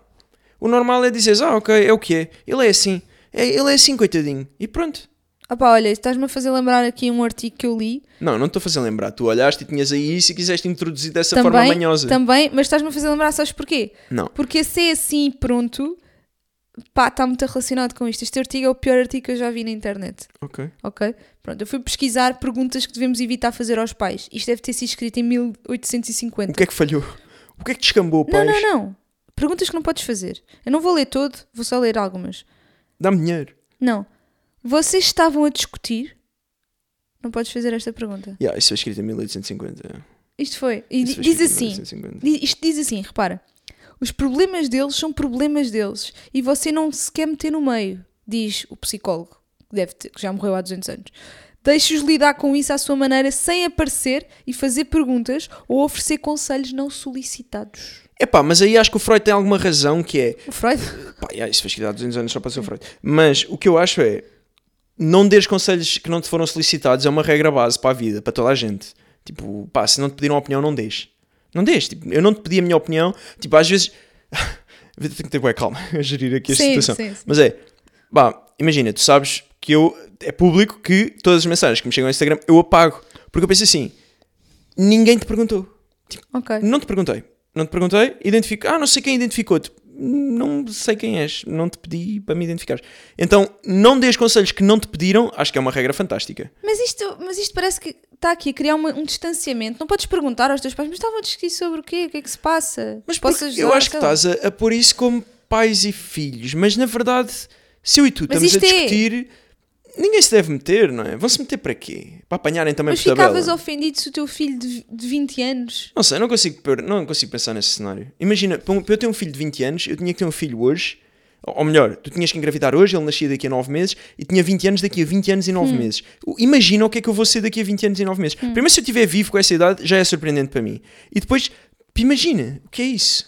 Speaker 2: O normal é dizeres, ah, ok, é o que é. Ele é assim. É- ele é assim, coitadinho. E pronto.
Speaker 1: Ah pá, olha, estás-me a fazer lembrar aqui um artigo que eu li
Speaker 2: Não, não estou a fazer lembrar. Tu olhaste e tinhas aí isso e quiseste introduzir dessa forma
Speaker 1: também,
Speaker 2: manhosa.
Speaker 1: também, mas estás-me a fazer lembrar, sabes porquê?
Speaker 2: Não.
Speaker 1: Porque se é assim e pronto, pá, está muito relacionado com isto. Este artigo é o pior artigo que eu já vi na internet,
Speaker 2: Ok.
Speaker 1: ok? Pronto, eu fui pesquisar perguntas que devemos evitar fazer aos pais. Isto deve ter sido escrito em
Speaker 2: O
Speaker 1: 1850.
Speaker 2: que é que falhou? O que é que descambou,
Speaker 1: Não,
Speaker 2: pais?
Speaker 1: não, não. Perguntas que não podes fazer. Eu não vou ler todo, vou só ler algumas.
Speaker 2: Dá-me dinheiro.
Speaker 1: Não. Vocês estavam a discutir? Não podes fazer esta pergunta.
Speaker 2: Yeah, isso foi escrito em 1850.
Speaker 1: Isto foi. E
Speaker 2: Isso é foi
Speaker 1: diz
Speaker 2: escrito em
Speaker 1: assim.
Speaker 2: 1850.
Speaker 1: di- Isto diz assim, repara. Os problemas deles são problemas deles e você não se quer meter no meio, diz o psicólogo, que, deve ter- que já morreu há 200 anos. Deixe-os lidar com isso à sua maneira sem aparecer e fazer perguntas ou oferecer conselhos não solicitados.
Speaker 2: Epá, mas aí acho que o Freud tem alguma razão que é.
Speaker 1: O Freud?
Speaker 2: Pá, yeah, isso foi escrito há 200 anos só para ser Freud. Mas o que eu acho é não deres conselhos que não te foram solicitados é uma regra base para a vida, para toda a gente. Tipo, pá, se não te pediram opinião, não dês. Não dês. Tipo, eu não te pedi a minha opinião. Tipo, às vezes. Tenho que ter bué calma a gerir aqui a
Speaker 1: Sim,
Speaker 2: situação.
Speaker 1: sim, sim.
Speaker 2: Mas é, pá, imagina, tu sabes que eu. É público que todas as mensagens que me chegam no Instagram eu apago. Porque eu penso assim: ninguém te perguntou.
Speaker 1: Ok.
Speaker 2: Não te perguntei. Não te perguntei, identifico. Ah, não sei quem identificou-te. Não sei quem és. Não te pedi para me identificar. Então, não dês conselhos que não te pediram. Acho que é uma regra fantástica.
Speaker 1: Mas isto, mas isto parece que está aqui a criar uma- um distanciamento. Não podes perguntar aos teus pais, mas estavam a discutir sobre o quê? O que é que se passa?
Speaker 2: Mas
Speaker 1: Posso
Speaker 2: porque
Speaker 1: ajudar?"
Speaker 2: eu
Speaker 1: então?
Speaker 2: acho que
Speaker 1: Sei lá.
Speaker 2: estás a, a pôr isso como pais e filhos. Mas na verdade, se eu e tu
Speaker 1: Mas
Speaker 2: estamos a
Speaker 1: isto é-
Speaker 2: discutir, ninguém se deve meter, não é? Vão-se meter para quê? Para apanharem também
Speaker 1: Mas
Speaker 2: por tabela.
Speaker 1: ficavas ofendido se o teu filho de, de 20 anos.
Speaker 2: Não sei, eu não consigo, per- não consigo pensar nesse cenário. Imagina, para um- para eu ter um filho de 20 anos, eu tinha que ter um filho hoje, ou ou melhor, tu tinhas que engravidar hoje, ele nascia daqui a 9 meses, e tinha 20 anos daqui a 20 anos e 9
Speaker 1: Hum.
Speaker 2: meses. O- Imagina o que é que eu vou ser daqui a 20 anos e 9 meses. Primeiro, se eu estiver vivo com essa idade, já é surpreendente para mim. E depois, p- imagina, o que é isso?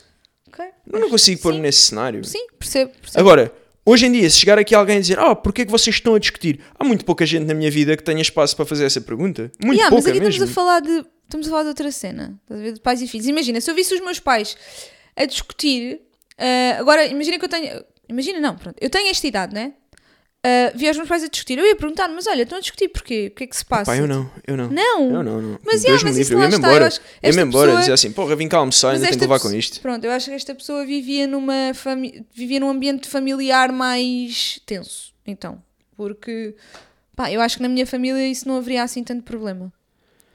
Speaker 1: Ok?
Speaker 2: Eu não consigo pôr-me
Speaker 1: Sim.
Speaker 2: nesse cenário.
Speaker 1: Sim, percebo. percebo.
Speaker 2: Agora, hoje em dia, se chegar aqui alguém e dizer, ah, porque é que vocês estão a discutir? Há muito pouca gente na minha vida que tenha espaço para fazer essa pergunta. Muito
Speaker 1: Yeah, mas
Speaker 2: pouca
Speaker 1: aqui
Speaker 2: mesmo.
Speaker 1: estamos a falar de. Estamos a falar de outra cena. estás a ver? De pais e filhos. Imagina, se eu visse os meus pais a discutir. ah, agora, imagina que eu tenho. Imagina, não, pronto. Eu tenho esta idade, né? é? vi os meus pais a discutir. Eu ia perguntar, mas olha, estão a discutir porquê? O que é que se passa?
Speaker 2: Pá, eu não, eu não.
Speaker 1: Não?
Speaker 2: Eu não, não.
Speaker 1: Hum. Mas,
Speaker 2: Deus
Speaker 1: yeah,
Speaker 2: me
Speaker 1: mas
Speaker 2: livre,
Speaker 1: isso
Speaker 2: eu
Speaker 1: lá
Speaker 2: ia-me
Speaker 1: está,
Speaker 2: embora.
Speaker 1: eu acho que
Speaker 2: Ia-me
Speaker 1: esta
Speaker 2: embora,
Speaker 1: pessoa- é-
Speaker 2: dizer assim, porra, vim cá almoçar, ainda tenho que
Speaker 1: esta
Speaker 2: levar com
Speaker 1: pesso-
Speaker 2: isto.
Speaker 1: Pronto, eu acho que esta pessoa vivia, numa fami- vivia num ambiente familiar mais tenso. Então, porque pá, eu acho que na minha família isso não haveria assim tanto problema.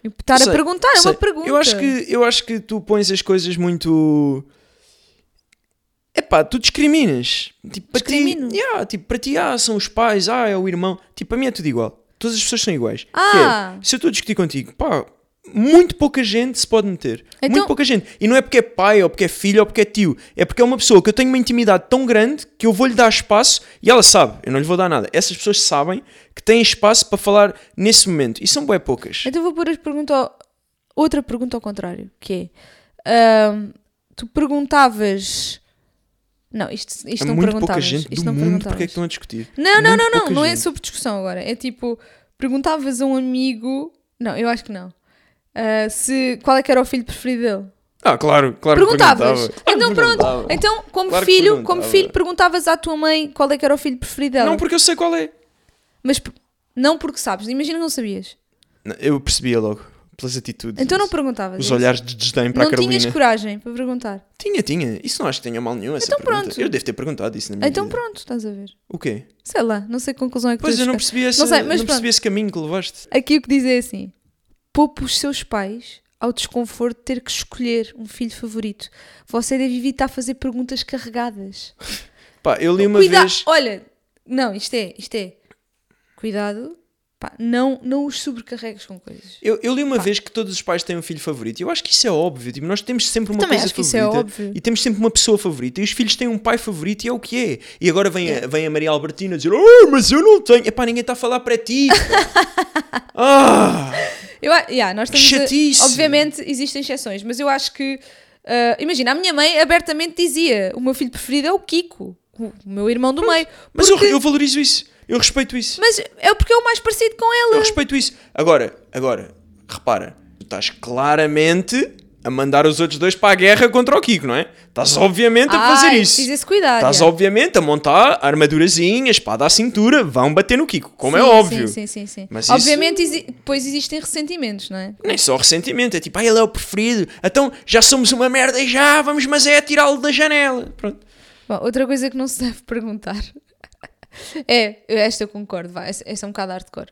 Speaker 1: E Estar
Speaker 2: Sei,
Speaker 1: a perguntar é
Speaker 2: sei.
Speaker 1: uma pergunta.
Speaker 2: Eu acho, que, eu acho que tu pões as coisas muito. Epá, tu discriminas. Tipo, para
Speaker 1: Discrimino.
Speaker 2: ti, yeah, tipo, para ti, ah, são os pais, ah, é o irmão. Tipo, para mim é tudo igual. Todas as pessoas são iguais.
Speaker 1: Ah.
Speaker 2: Que é, se eu estou a discutir contigo, pá, muito pouca gente se pode meter.
Speaker 1: Então-
Speaker 2: Muito pouca gente. E não é porque é pai, ou porque é filho, ou porque é tio. É porque é uma pessoa que eu tenho uma intimidade tão grande que eu vou-lhe dar espaço e ela sabe. Eu não lhe vou dar nada. Essas pessoas sabem que têm espaço para falar nesse momento. E são bem poucas.
Speaker 1: Então vou pôr as pergunta ao- outra pergunta ao contrário, que é ahm, tu perguntavas. Não, isto, isto
Speaker 2: Há
Speaker 1: não
Speaker 2: muito pouca
Speaker 1: perguntavas.
Speaker 2: gente
Speaker 1: isto
Speaker 2: do
Speaker 1: não
Speaker 2: mundo,
Speaker 1: perguntavas.
Speaker 2: porque é que estão a discutir?
Speaker 1: Não, não,
Speaker 2: Muito
Speaker 1: não, não,
Speaker 2: pouca
Speaker 1: não é
Speaker 2: gente.
Speaker 1: sobre discussão agora. É tipo, perguntavas a um amigo. Não, eu acho que não. Ah, se, qual é que era o filho preferido dele?
Speaker 2: Ah, claro, claro que
Speaker 1: Perguntavas.
Speaker 2: perguntava. Claro que
Speaker 1: então pronto.
Speaker 2: perguntava.
Speaker 1: Então, como
Speaker 2: Claro que
Speaker 1: filho, como
Speaker 2: perguntava.
Speaker 1: filho, perguntavas à tua mãe qual é que era o filho preferido dela.
Speaker 2: Não, porque eu sei qual é.
Speaker 1: Mas per- não porque sabes. Imagina que não sabias.
Speaker 2: Não, Eu percebia logo, pelas atitudes.
Speaker 1: Então não
Speaker 2: isso.
Speaker 1: perguntavas.
Speaker 2: Os
Speaker 1: isso.
Speaker 2: olhares de desdém para
Speaker 1: Não
Speaker 2: a Carolina.
Speaker 1: tinhas coragem para perguntar.
Speaker 2: Tinha, tinha. Isso não acho que tenha mal nenhum. Essa
Speaker 1: Então
Speaker 2: pergunta.
Speaker 1: pronto.
Speaker 2: Eu devo ter perguntado isso na minha
Speaker 1: Então
Speaker 2: vida.
Speaker 1: pronto, estás a ver.
Speaker 2: O quê?
Speaker 1: Sei lá, não sei que conclusão é que
Speaker 2: Pois
Speaker 1: tu
Speaker 2: eu não
Speaker 1: chegaste.
Speaker 2: percebi, essa,
Speaker 1: Não
Speaker 2: não
Speaker 1: sei, mas pronto.
Speaker 2: percebi esse caminho que levaste.
Speaker 1: Aqui o que diz é assim: poupe os seus pais ao desconforto de ter que escolher um filho favorito. Você deve evitar fazer perguntas carregadas.
Speaker 2: Pá, eu li uma
Speaker 1: Cuidado,
Speaker 2: vez.
Speaker 1: olha, não, isto é, isto é. Cuidado, pá, não, não os sobrecarregues com coisas.
Speaker 2: Eu, eu li uma vez que todos os pais têm um filho favorito. Eu acho que isso é óbvio. Tipo, nós temos sempre uma
Speaker 1: Também
Speaker 2: coisa
Speaker 1: acho que isso é
Speaker 2: favorita.
Speaker 1: óbvio.
Speaker 2: E temos sempre uma pessoa favorita. E os filhos têm um pai favorito e é o que é. E agora vem, a, vem a Maria Albertina dizer: Oh, mas eu não tenho. Epá, ninguém está a falar para ti. pá." ah!
Speaker 1: Eu, a- yeah, nós estamos a-
Speaker 2: Chatice.
Speaker 1: obviamente existem exceções, mas eu acho que ah, imagina, a minha mãe abertamente dizia: o meu filho preferido é o Kiko, o meu irmão do meio.
Speaker 2: Mas
Speaker 1: Porque-
Speaker 2: eu, eu valorizo isso. Eu respeito isso.
Speaker 1: mas é porque é o mais parecido com
Speaker 2: Eu
Speaker 1: ela.
Speaker 2: respeito isso. Agora, agora, repara, tu estás claramente a mandar os outros dois para a guerra contra o Kiko, não é? Estás obviamente a fazer
Speaker 1: Ai,
Speaker 2: isso.
Speaker 1: Tens esse cuidado.
Speaker 2: Estás
Speaker 1: yeah.
Speaker 2: obviamente a montar a armadurazinha, a espada à cintura, vão bater no Kiko, como é
Speaker 1: Sim,
Speaker 2: óbvio.
Speaker 1: Sim, sim, sim. sim.
Speaker 2: Mas isso-
Speaker 1: obviamente, exi- depois existem ressentimentos, não é?
Speaker 2: Nem só ressentimento, é tipo, ah, ele é o preferido, então já somos uma merda e já, vamos, mas é atirá-lo da janela. Pronto.
Speaker 1: Bom, outra coisa que não se deve perguntar é, eu- esta eu concordo, vai, essa essa é um bocado hardcore.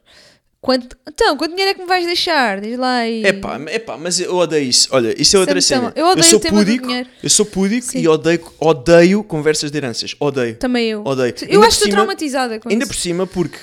Speaker 1: Quanto, então, quanto dinheiro é que me vais deixar? Diz lá aí.
Speaker 2: Epá, epá, mas eu odeio isso. Olha, isso é outra
Speaker 1: Sempre
Speaker 2: cena.
Speaker 1: tão- então, eu odeio
Speaker 2: sou
Speaker 1: o tema do
Speaker 2: pudico,
Speaker 1: dinheiro.
Speaker 2: eu sou pudico
Speaker 1: Sim. Então,
Speaker 2: e odeio, odeio conversas de heranças. Odeio.
Speaker 1: Também eu.
Speaker 2: Odeio.
Speaker 1: Tu- Eu acho que
Speaker 2: Ainda por
Speaker 1: estou
Speaker 2: cima-
Speaker 1: traumatizada com
Speaker 2: Ainda
Speaker 1: isso.
Speaker 2: por cima, porque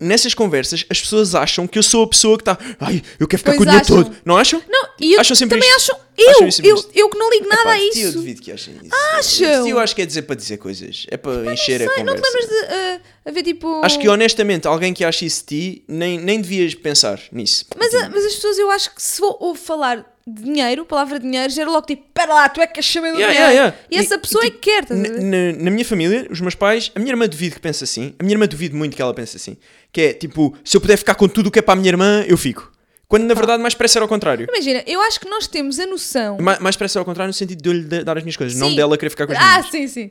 Speaker 2: nessas conversas as pessoas acham que eu sou a pessoa que está. Ai, eu quero ficar
Speaker 1: Pois
Speaker 2: com o dinheiro
Speaker 1: acham.
Speaker 2: todo. Não acham?
Speaker 1: Não, e eu
Speaker 2: Acham sempre
Speaker 1: também
Speaker 2: isto?
Speaker 1: acho. Eu,
Speaker 2: Acham isso
Speaker 1: eu,
Speaker 2: isto?
Speaker 1: eu que não ligo nada
Speaker 2: Epá,
Speaker 1: a
Speaker 2: isso Eu
Speaker 1: isso.
Speaker 2: duvido que achem isso.
Speaker 1: Acham?
Speaker 2: Isso eu acho que é dizer para dizer coisas. É para encher a
Speaker 1: Sei, não te
Speaker 2: conversa.
Speaker 1: lembras de ah, haver tipo.
Speaker 2: Acho que honestamente, alguém que acha isso de ti, nem, nem devias pensar nisso.
Speaker 1: mas, a- mas as pessoas, eu acho que se vou ou falar de dinheiro, a palavra dinheiro, gera logo tipo, pera lá, tu é que queres saber do
Speaker 2: Yeah,
Speaker 1: dinheiro.
Speaker 2: yeah, yeah.
Speaker 1: E essa
Speaker 2: E-
Speaker 1: pessoa é que quer, estás a
Speaker 2: Na,
Speaker 1: ver?
Speaker 2: na- na minha família, os meus pais, a minha irmã duvido que pensa assim. A minha irmã duvido muito que ela pense assim. Que é tipo, se eu puder ficar com tudo o que é para a minha irmã, eu fico. Quando na verdade mais parece era ao contrário.
Speaker 1: Imagina, eu acho que nós temos a noção.
Speaker 2: Ma- Mais, parece ao contrário no sentido de eu lhe da- dar as minhas coisas, não
Speaker 1: Sim.
Speaker 2: dela querer ficar com as É. minhas.
Speaker 1: Ah, sim, sim.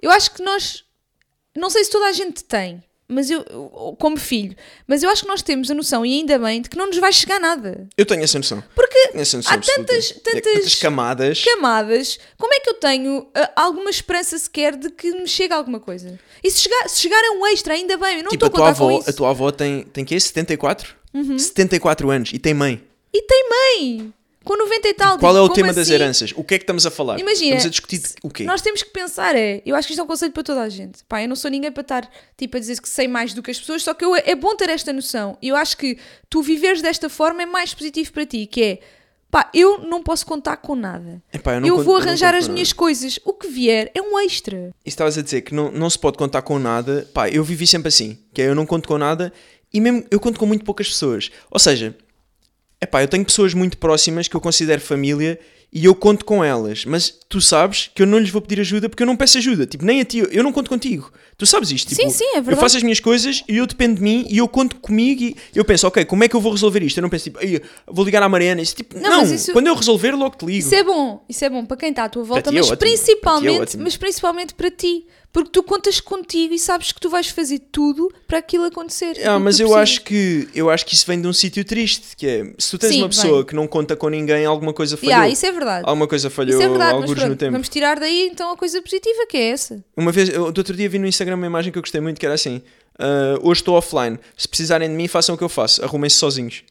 Speaker 1: Eu acho que nós. Não sei se toda a gente tem, mas eu. eu- Como filho, mas eu acho que nós temos a noção, e ainda bem, de que não nos vai chegar nada.
Speaker 2: Eu tenho essa noção.
Speaker 1: Porque
Speaker 2: Tenho essa noção
Speaker 1: Há
Speaker 2: absoluta.
Speaker 1: tantas-
Speaker 2: É que
Speaker 1: tantas-
Speaker 2: camadas.
Speaker 1: camadas, como é que eu tenho ah, alguma esperança sequer de que me chegue alguma coisa? E se chegar, se chegar é um extra, ainda bem, eu não
Speaker 2: Tipo,
Speaker 1: estou
Speaker 2: a
Speaker 1: a
Speaker 2: tua,
Speaker 1: contar com
Speaker 2: avó,
Speaker 1: isso. Uhum.
Speaker 2: a tua avó tem, tem quê? 74? 74 anos e tem mãe.
Speaker 1: E tem mãe, com 90 e tal.
Speaker 2: Qual
Speaker 1: tipo,
Speaker 2: é o
Speaker 1: como
Speaker 2: tema das
Speaker 1: assim?
Speaker 2: heranças? O que é que estamos a falar?
Speaker 1: Imagina,
Speaker 2: Estamos a discutir de- o quê?
Speaker 1: Nós temos que pensar, é. Eu acho que isto é um conselho para toda a gente. Pá, eu não sou ninguém para estar tipo, a dizer que sei mais do que as pessoas, só que eu, é bom ter esta noção. Eu acho que tu viveres desta forma é mais positivo para ti, que é pá, eu não posso contar com nada.
Speaker 2: Epá, eu
Speaker 1: Eu,
Speaker 2: não conto-
Speaker 1: vou
Speaker 2: eu não
Speaker 1: arranjar
Speaker 2: conto
Speaker 1: as
Speaker 2: com
Speaker 1: minhas coisas. O que vier é um extra.
Speaker 2: E estavas a dizer que não, não se pode contar com nada. Pá, eu vivi sempre assim, que é eu não conto com nada e mesmo eu conto com muito poucas pessoas. Ou seja, é pá, eu tenho pessoas muito próximas que eu considero família e eu conto com elas, mas tu sabes que eu não lhes vou pedir ajuda porque eu não peço ajuda, tipo, nem a ti, eu não conto contigo. Tu sabes isto, tipo,
Speaker 1: Sim, sim, é
Speaker 2: eu
Speaker 1: verdade.
Speaker 2: faço as minhas coisas e eu dependo de mim e eu conto comigo e eu penso, OK, como é que eu vou resolver isto? Eu não penso tipo, "Ei, vou ligar à Mariana, isso, tipo, não,
Speaker 1: mas isso-
Speaker 2: quando eu resolver logo te ligo.
Speaker 1: Isso é bom, isso é bom para quem está à tua volta,
Speaker 2: ti é
Speaker 1: mas,
Speaker 2: ótimo, para ti é
Speaker 1: principalmente,
Speaker 2: ótimo.
Speaker 1: mas principalmente para ti. Porque tu contas contigo e sabes que tu vais fazer tudo para aquilo acontecer.
Speaker 2: Ah, mas eu acho, que, eu acho que isso vem de um sítio triste, que é, se tu tens
Speaker 1: Sim,
Speaker 2: uma pessoa
Speaker 1: vem.
Speaker 2: que não conta com ninguém, alguma coisa falhou.
Speaker 1: Yeah, isso é verdade.
Speaker 2: Alguma coisa falhou,
Speaker 1: Isso é verdade, mas
Speaker 2: alguns no
Speaker 1: pronto,
Speaker 2: tempo.
Speaker 1: vamos tirar daí então a coisa positiva que é essa.
Speaker 2: Uma vez, eu, do outro dia vi no Instagram uma imagem que eu gostei muito, que era assim, "Ah, hoje estou offline, se precisarem de mim façam o que eu faço, arrumem-se sozinhos.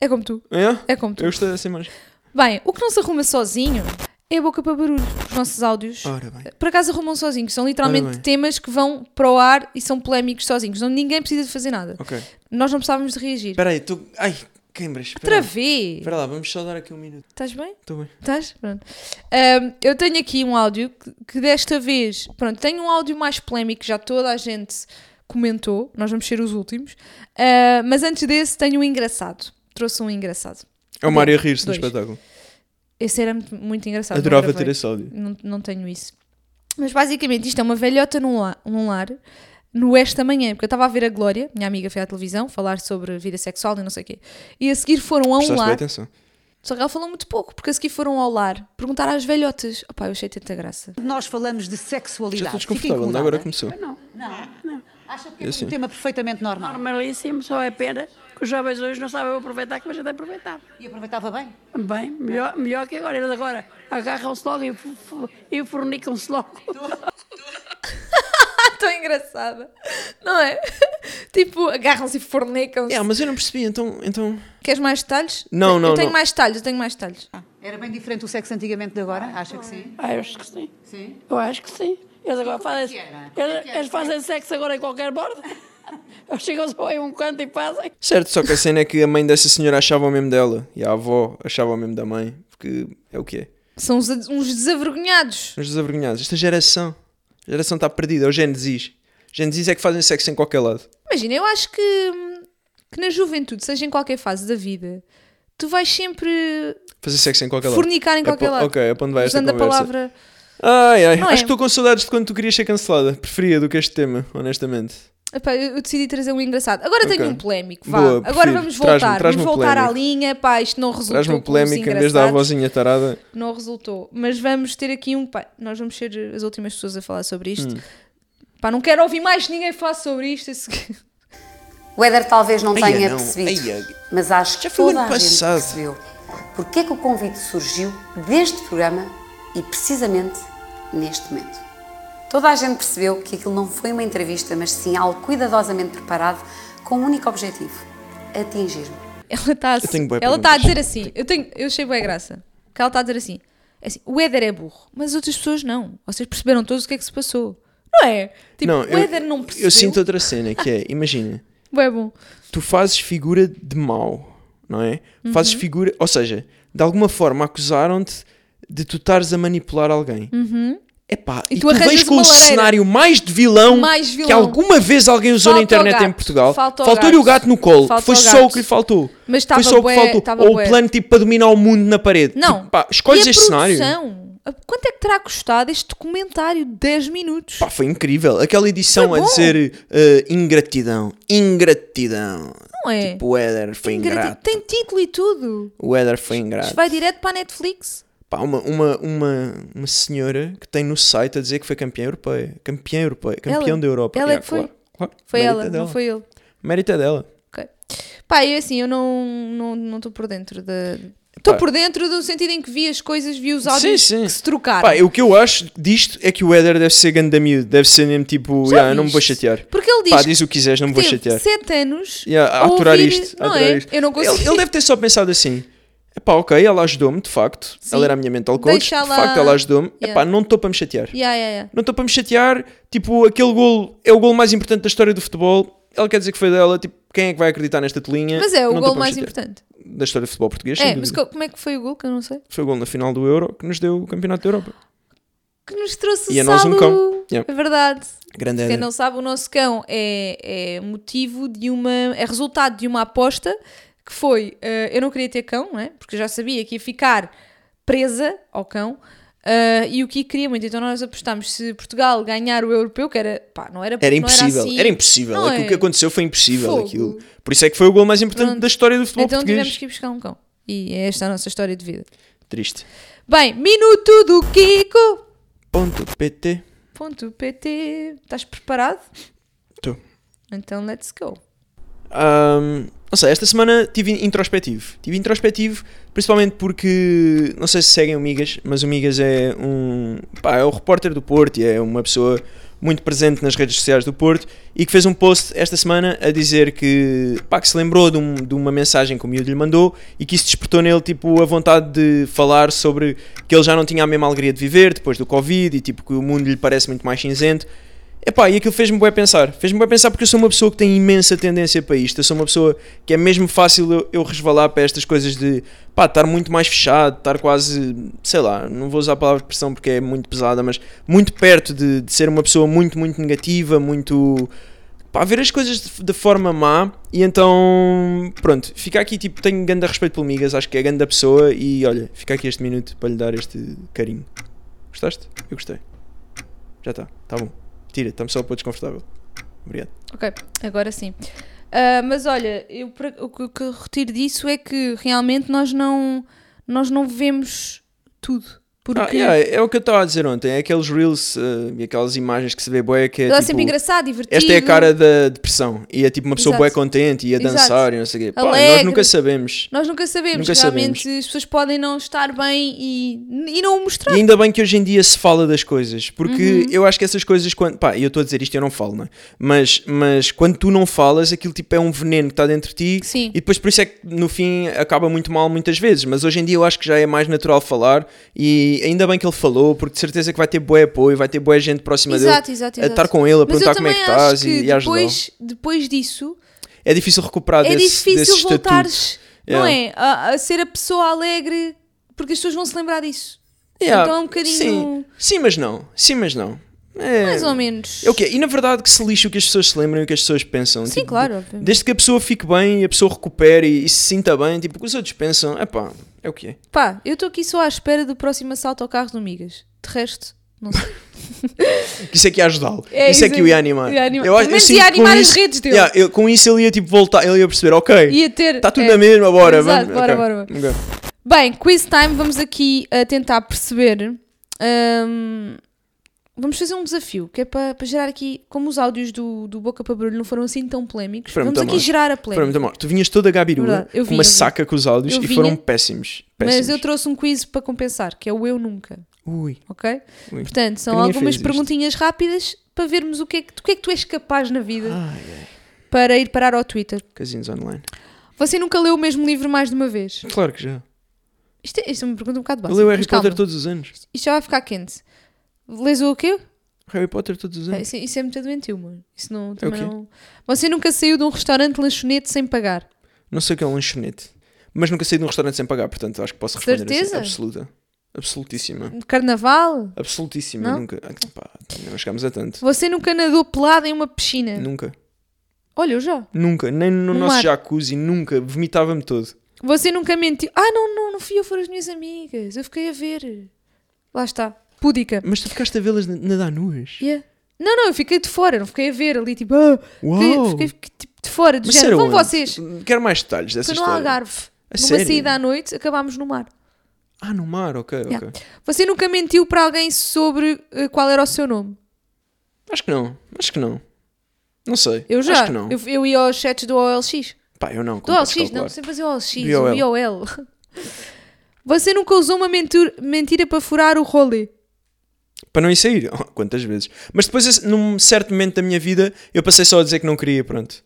Speaker 1: É como tu.
Speaker 2: É?
Speaker 1: É como tu.
Speaker 2: Eu gostei dessa imagem.
Speaker 1: Bem, o que não se arruma sozinho é a boca para barulho. Os nossos áudios,
Speaker 2: Ora bem.
Speaker 1: por acaso, arrumam sozinhos. São literalmente
Speaker 2: Ah. bem.
Speaker 1: temas que vão para o ar e são polémicos sozinhos. Não, ninguém precisa de fazer nada.
Speaker 2: Ok.
Speaker 1: Nós não precisávamos de reagir.
Speaker 2: Espera aí, tu... Ai, queimbras.
Speaker 1: Outra
Speaker 2: Espera lá.
Speaker 1: vez!
Speaker 2: Espera lá, vamos só dar aqui um minuto.
Speaker 1: Estás bem?
Speaker 2: Estou bem.
Speaker 1: Estás? Pronto. Ahm, eu tenho aqui um áudio que, que desta vez, pronto, tenho um áudio mais polémico, que já toda a gente comentou, nós vamos ser os últimos, Ah, mas antes desse tenho um engraçado, trouxe um engraçado.
Speaker 2: É o Mário a rir-se no
Speaker 1: Dois. Tá
Speaker 2: espetáculo.
Speaker 1: Esse era muito, muito engraçado. não
Speaker 2: Adorava
Speaker 1: gravei.
Speaker 2: ter esse áudio.
Speaker 1: Não, não tenho isso. Mas basicamente isto é uma velhota num lar, num lar no Oeste da Manhã, porque eu estava a ver a Glória, minha amiga foi à televisão, falar sobre vida sexual e não sei o quê. E a seguir foram a um
Speaker 2: Prestaste bem
Speaker 1: lar,
Speaker 2: atenção.
Speaker 1: só que ela falou muito pouco, porque a seguir foram ao lar perguntar às velhotas. Opá, eu achei tanta graça.
Speaker 3: Nós falamos de sexualidade.
Speaker 1: Tá,
Speaker 2: Já estou
Speaker 3: Fica
Speaker 2: desconfortável, ainda
Speaker 1: né?
Speaker 3: incomodada?
Speaker 2: agora começou.
Speaker 4: Não,
Speaker 3: Não. Acha que
Speaker 2: Eu
Speaker 3: é
Speaker 2: sim.
Speaker 3: um tema perfeitamente normal?
Speaker 4: normalíssimo, só é pena que os jovens hoje não sabem aproveitar como a gente aproveitava.
Speaker 3: E aproveitava bem?
Speaker 4: Bem, melhor, melhor que agora. Eles agora agarram-se logo e, fu- fu- e fornicam-se logo.
Speaker 1: Ah, tão engraçada! Não é? tipo, agarram-se e fornecam-se.
Speaker 2: É, mas eu não percebi, então. então...
Speaker 1: Queres mais detalhes?
Speaker 2: Não,
Speaker 1: eu
Speaker 2: não, Ah.
Speaker 1: tenho
Speaker 2: não.
Speaker 1: mais detalhes, eu tenho mais detalhes.
Speaker 3: Era bem diferente o sexo antigamente de agora? Acha que sim?
Speaker 4: Ah, eu acho que sim.
Speaker 3: Sim.
Speaker 4: Eu acho que sim. Eles agora
Speaker 3: que
Speaker 4: fazem,
Speaker 3: era? Como é
Speaker 4: eles,
Speaker 3: que era?
Speaker 4: eles fazem sexo agora em qualquer borda. Eles chegam só em um canto e fazem.
Speaker 2: Certo, só que a cena é que a mãe dessa senhora achava o mesmo dela e a avó achava o mesmo da mãe, porque é o que é.
Speaker 1: São uns, uns desavergonhados.
Speaker 2: Os desavergonhados. Esta geração. A geração está perdida, é o Gen Zs. Gen Zs é que fazem sexo em qualquer lado.
Speaker 1: Imagina, eu acho que, que na juventude, seja em qualquer fase da vida, tu vais sempre
Speaker 2: Fazer sexo em qualquer
Speaker 1: fornicar
Speaker 2: lado.
Speaker 1: em qualquer
Speaker 2: é po-
Speaker 1: lado.
Speaker 2: Ok, é para onde vai esta
Speaker 1: Usando a
Speaker 2: conversa.
Speaker 1: palavra.
Speaker 2: Ai, ai.
Speaker 1: Não
Speaker 2: Acho
Speaker 1: é?
Speaker 2: que estou com saudades de quando tu querias ser cancelada. Preferia do que este tema, honestamente.
Speaker 1: Epá, eu eu decidi trazer um engraçado. Agora
Speaker 2: Ok.
Speaker 1: tenho um polémico, vá.
Speaker 2: Boa,
Speaker 1: Agora
Speaker 2: prefiro.
Speaker 1: vamos
Speaker 2: Traz-me-
Speaker 1: voltar.
Speaker 2: traz-me um
Speaker 1: vamos voltar à
Speaker 2: polémico.
Speaker 1: linha. Pá, isto não resultou.
Speaker 2: Traz-me uma
Speaker 1: com os
Speaker 2: polémica em vez da
Speaker 1: engraçados.
Speaker 2: avózinha tarada.
Speaker 1: Não resultou. Mas vamos ter aqui um. Pá, nós vamos ser as últimas pessoas a falar sobre isto.
Speaker 2: Hum.
Speaker 1: Pá, não quero ouvir mais ninguém falar sobre isto. Esse-
Speaker 5: O Éder talvez não
Speaker 2: Eia,
Speaker 5: tenha
Speaker 2: não.
Speaker 5: percebido,
Speaker 2: Eia.
Speaker 5: mas acho
Speaker 2: Já
Speaker 5: que
Speaker 2: foi o
Speaker 5: toda a
Speaker 2: ano
Speaker 5: gente
Speaker 2: passado.
Speaker 5: percebeu porque é que o convite surgiu deste programa e precisamente neste momento. Toda a gente percebeu que aquilo não foi uma entrevista, mas sim algo cuidadosamente preparado com um único objetivo, atingir-me.
Speaker 1: Ela está a,
Speaker 2: tenho bué
Speaker 1: ela tá a
Speaker 2: perguntas.
Speaker 1: dizer assim. Eu, tenho, eu achei boa graça. Que ela está a dizer assim. É assim, O Éder é burro, mas outras pessoas não. Vocês perceberam todos o que é que se passou. Não é? Tipo,
Speaker 2: não,
Speaker 1: o
Speaker 2: eu,
Speaker 1: Éder não percebeu.
Speaker 2: eu sinto outra cena que é, imagina,
Speaker 1: Bué bom.
Speaker 2: tu fazes figura de mau, não é? Fazes
Speaker 1: Uhum.
Speaker 2: figura, ou seja, de alguma forma acusaram-te de tu estares a manipular alguém. Epá, e,
Speaker 1: Uhum. tu
Speaker 2: tu,
Speaker 1: arranjas
Speaker 2: vens com
Speaker 1: uma
Speaker 2: o
Speaker 1: lareira.
Speaker 2: cenário mais de vilão,
Speaker 1: Mais vilão.
Speaker 2: que alguma vez alguém usou
Speaker 1: Falta o
Speaker 2: na internet
Speaker 1: gato.
Speaker 2: em Portugal.
Speaker 1: Falta o
Speaker 2: Faltou-lhe o
Speaker 1: gato.
Speaker 2: gato no colo.
Speaker 1: Falta
Speaker 2: Foi
Speaker 1: o
Speaker 2: só
Speaker 1: gato.
Speaker 2: o que lhe faltou.
Speaker 1: Mas
Speaker 2: Foi
Speaker 1: estava
Speaker 2: só o
Speaker 1: bué-
Speaker 2: que faltou.
Speaker 1: estava
Speaker 2: Ou
Speaker 1: bué.
Speaker 2: o plano tipo para dominar o mundo na parede.
Speaker 1: Não.
Speaker 2: Tipo, pá, escolhes
Speaker 1: e a
Speaker 2: este cenário.
Speaker 1: produção? A- Quanto é que terá custado este documentário de 10 minutos?
Speaker 2: Pá, foi incrível. Aquela edição
Speaker 1: Foi
Speaker 2: a
Speaker 1: bom.
Speaker 2: dizer eh, ingratidão, ingratidão.
Speaker 1: Não é?
Speaker 2: Tipo, o Éder foi
Speaker 1: Ingrati-
Speaker 2: ingrato.
Speaker 1: Tem título e tudo.
Speaker 2: O Éder foi
Speaker 1: Isto
Speaker 2: ingrato.
Speaker 1: vai direto para a Netflix.
Speaker 2: Pá, uma, uma, uma, uma senhora que tem no site a dizer que foi campeã europeia. Campeã europeia. Campeão
Speaker 1: Ela-
Speaker 2: da Europa.
Speaker 1: ela é
Speaker 2: Yeah,
Speaker 1: que foi.
Speaker 2: claro, claro.
Speaker 1: Foi
Speaker 2: Mérito
Speaker 1: ela,
Speaker 2: é dela.
Speaker 1: não foi ele.
Speaker 2: Mérito é dela.
Speaker 1: Ok. Pá, eu assim, eu não estou não, estou por dentro da. Estou
Speaker 2: Pá.
Speaker 1: por dentro do sentido em que vi as coisas, vi os áudios
Speaker 2: sim.
Speaker 1: que se trocaram.
Speaker 2: Pá, o que eu acho disto é que o Éder deve ser ganda miúdo. Deve ser mesmo tipo,
Speaker 1: Já
Speaker 2: "Yeah, eu não me vou
Speaker 1: viste?
Speaker 2: chatear.
Speaker 1: Porque ele diz
Speaker 2: Pá, diz o que quiseres, não me vou
Speaker 1: Teve
Speaker 2: chatear.
Speaker 1: sete anos
Speaker 2: Yeah, a aturar
Speaker 1: ouvir-
Speaker 2: isto. a
Speaker 1: Não
Speaker 2: aturar
Speaker 1: é?
Speaker 2: isto.
Speaker 1: Eu não consigo.
Speaker 2: Ele, ele deve ter só pensado assim. Epá, ok, ela ajudou-me, de facto.
Speaker 1: Sim.
Speaker 2: Ela era a minha mental coach.
Speaker 1: Deixa
Speaker 2: De
Speaker 1: ela-
Speaker 2: facto, ela ajudou-me.
Speaker 1: Yeah.
Speaker 2: Epá, não estou para me chatear.
Speaker 1: Yeah, yeah, yeah.
Speaker 2: Não estou para me chatear. Tipo, aquele gol é o gol mais importante da história do futebol. Ela quer dizer que foi dela. Tipo, quem é que vai acreditar nesta telinha?
Speaker 1: Mas é o
Speaker 2: Não
Speaker 1: gol
Speaker 2: estou para me
Speaker 1: mais
Speaker 2: chatear.
Speaker 1: importante.
Speaker 2: Da história do futebol português, sem
Speaker 1: É, mas
Speaker 2: dúvida.
Speaker 1: co- como é que foi o gol? Que eu não sei.
Speaker 2: Foi o gol na final do Euro que nos deu o Campeonato da Europa.
Speaker 1: Que nos trouxe
Speaker 2: E
Speaker 1: o
Speaker 2: a nós um
Speaker 1: Salo.
Speaker 2: cão. Yeah.
Speaker 1: É verdade.
Speaker 2: Grande
Speaker 1: Quem
Speaker 2: Éder.
Speaker 1: não sabe, o nosso cão é, é motivo de uma. é resultado de uma aposta que foi. eh, eu não queria ter cão, não é? Porque eu já sabia que ia ficar presa ao cão. eh, e o que queria muito, então nós apostámos se Portugal ganhar o europeu, que era pá, não era
Speaker 2: Era
Speaker 1: não
Speaker 2: impossível, era,
Speaker 1: assim.
Speaker 2: impossível.
Speaker 1: Não
Speaker 2: Aquilo
Speaker 1: é?
Speaker 2: que aconteceu foi impossível.
Speaker 1: Fogo.
Speaker 2: Aquilo. Por isso é que foi o gol mais importante
Speaker 1: Pronto.
Speaker 2: da história do futebol
Speaker 1: Então tivemos
Speaker 2: português.
Speaker 1: que ir buscar um cão. E esta é a nossa história de vida.
Speaker 2: Triste.
Speaker 1: Bem, minuto do Kiko.
Speaker 2: Ponto PT.
Speaker 1: Ponto PT. Estás preparado?
Speaker 2: Tô.
Speaker 1: Então let's go.
Speaker 2: Ahm, não sei, esta semana tive introspectivo. Tive introspectivo, principalmente porque não sei se seguem o Migas, mas o Migas é um pá, é o repórter do Porto e é uma pessoa muito presente nas redes sociais do Porto e que fez um post esta semana a dizer que, pá, que se lembrou de, um- de uma mensagem que o miúdo lhe mandou e que isso despertou nele tipo, a vontade de falar sobre que ele já não tinha a mesma alegria de viver depois do Covid e tipo, que o mundo lhe parece muito mais cinzento Epá, e aquilo fez-me bem pensar. Fez-me bem pensar porque eu sou uma pessoa que tem imensa tendência para isto. Eu sou uma pessoa que é mesmo fácil eu, eu resvalar para estas coisas de pá, estar muito mais fechado, estar quase, sei lá, não vou usar a palavra pressão porque é muito pesada, mas muito perto de, de ser uma pessoa muito, muito negativa, muito pá, ver as coisas de, de forma má e então, pronto, fica aqui, tipo, tenho grande respeito pelo Migas, acho que é grande pessoa e olha, fica aqui este minuto para lhe dar este carinho. Gostaste? Eu gostei. Já está, está bom. Tira, está-me só a pôr desconfortável. Obrigado.
Speaker 1: Ok, agora sim. Ah, mas olha, eu pra- o que- o que eu retiro disso é que realmente nós não, nós não vemos tudo. Porque
Speaker 2: Ah, yeah, é o que eu estava a dizer ontem, é aqueles reels eh, e aquelas imagens que se vê bué que é
Speaker 1: dá
Speaker 2: tipo,
Speaker 1: sempre engraçado, divertido.
Speaker 2: esta é a cara da depressão e é tipo uma pessoa
Speaker 1: Exato.
Speaker 2: bué contente e a
Speaker 1: Exato.
Speaker 2: dançar e não sei o quê. Pá, nós
Speaker 1: Alegre.
Speaker 2: nunca sabemos.
Speaker 1: Nós nunca sabemos,
Speaker 2: Nunca
Speaker 1: realmente
Speaker 2: sabemos.
Speaker 1: as pessoas podem não estar bem e, e não o mostrar.
Speaker 2: E ainda bem que hoje em dia se fala das coisas, porque
Speaker 1: Uhum.
Speaker 2: eu acho que essas coisas, quando, pá, eu estou a dizer isto, eu não falo, não é? Mas, mas quando tu não falas, aquilo tipo é um veneno que está dentro de ti
Speaker 1: Sim.
Speaker 2: e depois por isso é que no fim acaba muito mal muitas vezes. Mas hoje em dia eu acho que já é mais natural falar e ainda bem que ele falou, porque de certeza que vai ter boa apoio, vai ter boa gente próxima
Speaker 1: Exato,
Speaker 2: dele
Speaker 1: exato,
Speaker 2: a
Speaker 1: exato.
Speaker 2: estar com ele, a
Speaker 1: Mas eu
Speaker 2: perguntar como é que
Speaker 1: também acho
Speaker 2: estás
Speaker 1: que
Speaker 2: e, e a ajudá-lo.
Speaker 1: depois, depois disso
Speaker 2: É difícil recuperar
Speaker 1: é
Speaker 2: desse, desse
Speaker 1: difícil
Speaker 2: estatuto.
Speaker 1: voltares, não
Speaker 2: Yeah.
Speaker 1: é? A, a ser a pessoa alegre, porque as pessoas vão se lembrar disso.
Speaker 2: Yeah,
Speaker 1: Então é um bocadinho
Speaker 2: Sim. Sim, mas não. Sim, mas não. É-
Speaker 1: mais ou menos.
Speaker 2: É o que é. E na verdade que se lixe o que as pessoas se lembram e o que as pessoas pensam.
Speaker 1: Sim,
Speaker 2: Tipo,
Speaker 1: claro, obviamente.
Speaker 2: Desde que a pessoa fique bem e a pessoa recupere e, e se sinta bem, tipo, o que os outros pensam, é pá, é o que é.
Speaker 1: Pá, eu estou aqui só à espera do próximo assalto ao carro do Migas. De resto, não sei.
Speaker 2: Isso é que ia ajudá-lo.
Speaker 1: É,
Speaker 2: isso é que o ia animar.
Speaker 1: ia animar.
Speaker 2: Eu
Speaker 1: Pelo
Speaker 2: acho-
Speaker 1: menos
Speaker 2: sinto
Speaker 1: ia
Speaker 2: que com
Speaker 1: animar as
Speaker 2: isso-
Speaker 1: redes dele.
Speaker 2: Yeah, eu- com isso ele ia tipo voltar, ele ia perceber, ok,
Speaker 1: Ia ter-
Speaker 2: está Tá tudo
Speaker 1: é.
Speaker 2: na mesma, bora.
Speaker 1: Exato,
Speaker 2: vamos-
Speaker 1: bora,
Speaker 2: ok,
Speaker 1: bora, bora.
Speaker 2: ok.
Speaker 1: Bem, quiz time, vamos aqui a tentar perceber. hum, vamos fazer um desafio, que é para, para gerar aqui, como os áudios do, do Boca para Barulho não foram assim tão polémicos,
Speaker 2: Foram
Speaker 1: vamos
Speaker 2: muito
Speaker 1: aqui
Speaker 2: amor.
Speaker 1: gerar a
Speaker 2: Para mim,
Speaker 1: polémica.
Speaker 2: tá bom. Tu vinhas toda a Gabirua
Speaker 1: Verdade, eu
Speaker 2: com
Speaker 1: vim,
Speaker 2: uma
Speaker 1: eu vim.
Speaker 2: saca com os áudios
Speaker 1: Eu
Speaker 2: e
Speaker 1: vinha,
Speaker 2: foram péssimos. péssimos.
Speaker 1: Mas eu trouxe um quiz para compensar, que é o Eu Nunca,
Speaker 2: Ui.
Speaker 1: ok?
Speaker 2: Ui.
Speaker 1: Portanto, são
Speaker 2: Ninguém
Speaker 1: algumas
Speaker 2: fez isto.
Speaker 1: perguntinhas rápidas para vermos o que, é que, do que é que tu és capaz na vida para ir parar ao Twitter.
Speaker 2: Casinos online.
Speaker 1: Você nunca leu o mesmo livro mais de uma vez?
Speaker 2: Claro que já.
Speaker 1: Isto é, isto é uma pergunta um bocado
Speaker 2: Eu
Speaker 1: básica.
Speaker 2: leio Harry
Speaker 1: mas calma,
Speaker 2: Potter todos os anos.
Speaker 1: Isto já vai ficar quente. Lês o quê?
Speaker 2: Hum. Harry Potter todos os
Speaker 1: Ah,
Speaker 2: anos.
Speaker 1: Isso, isso é muito doentio, mano. Isso não, também
Speaker 2: É quê?
Speaker 1: não... Você nunca saiu de um restaurante lanchonete sem pagar?
Speaker 2: Não sei o que é um lanchonete. Mas nunca saí de um restaurante sem pagar, portanto acho que posso responder
Speaker 1: Certeza?
Speaker 2: assim. Absoluta. Absolutíssima.
Speaker 1: De Um Carnaval?
Speaker 2: Absolutíssima.
Speaker 1: Não?
Speaker 2: Nunca. Ah, pá, não chegámos a tanto.
Speaker 1: Você nunca nadou pelado em uma piscina?
Speaker 2: Nunca.
Speaker 1: Olha, eu já.
Speaker 2: Nunca. Nem no
Speaker 1: No
Speaker 2: nosso
Speaker 1: mar.
Speaker 2: jacuzzi, nunca. Vomitava-me todo.
Speaker 1: Você nunca mentiu? Ah, não, não, não fui eu, foram as minhas amigas. Eu fiquei a ver. Lá está. Púdica.
Speaker 2: Mas tu ficaste a vê-las na- nadar nuas?
Speaker 1: Yeah. Não, não, eu fiquei de fora, não fiquei a ver ali, tipo... ah, fiquei-
Speaker 2: Uau!
Speaker 1: Fiquei, fiquei, tipo, de fora, do
Speaker 2: Mas
Speaker 1: género.
Speaker 2: sério,
Speaker 1: Vão
Speaker 2: onde?
Speaker 1: vocês.
Speaker 2: Quero mais detalhes dessa
Speaker 1: Foi no
Speaker 2: história.
Speaker 1: Algarve.
Speaker 2: A
Speaker 1: Numa
Speaker 2: sério?
Speaker 1: saída à noite, acabámos no mar.
Speaker 2: Ah, no mar, ok,
Speaker 1: Yeah.
Speaker 2: ok.
Speaker 1: Você nunca mentiu para alguém sobre eh, qual era o seu nome?
Speaker 2: Acho que não. Acho que não. Não sei.
Speaker 1: Eu já.
Speaker 2: Acho que não.
Speaker 1: Eu, eu ia aos chats do OLX.
Speaker 2: Pá, eu não.
Speaker 1: Do
Speaker 2: como podes
Speaker 1: OLX, não,
Speaker 2: calcular.
Speaker 1: sempre fazia OLX,
Speaker 2: Do
Speaker 1: o IOL. Você nunca usou uma mentur- mentira para furar o rolê?
Speaker 2: Para não ir sair. Oh, quantas vezes. Mas depois, esse- num certo momento da minha vida, eu passei só a dizer que não queria, pronto.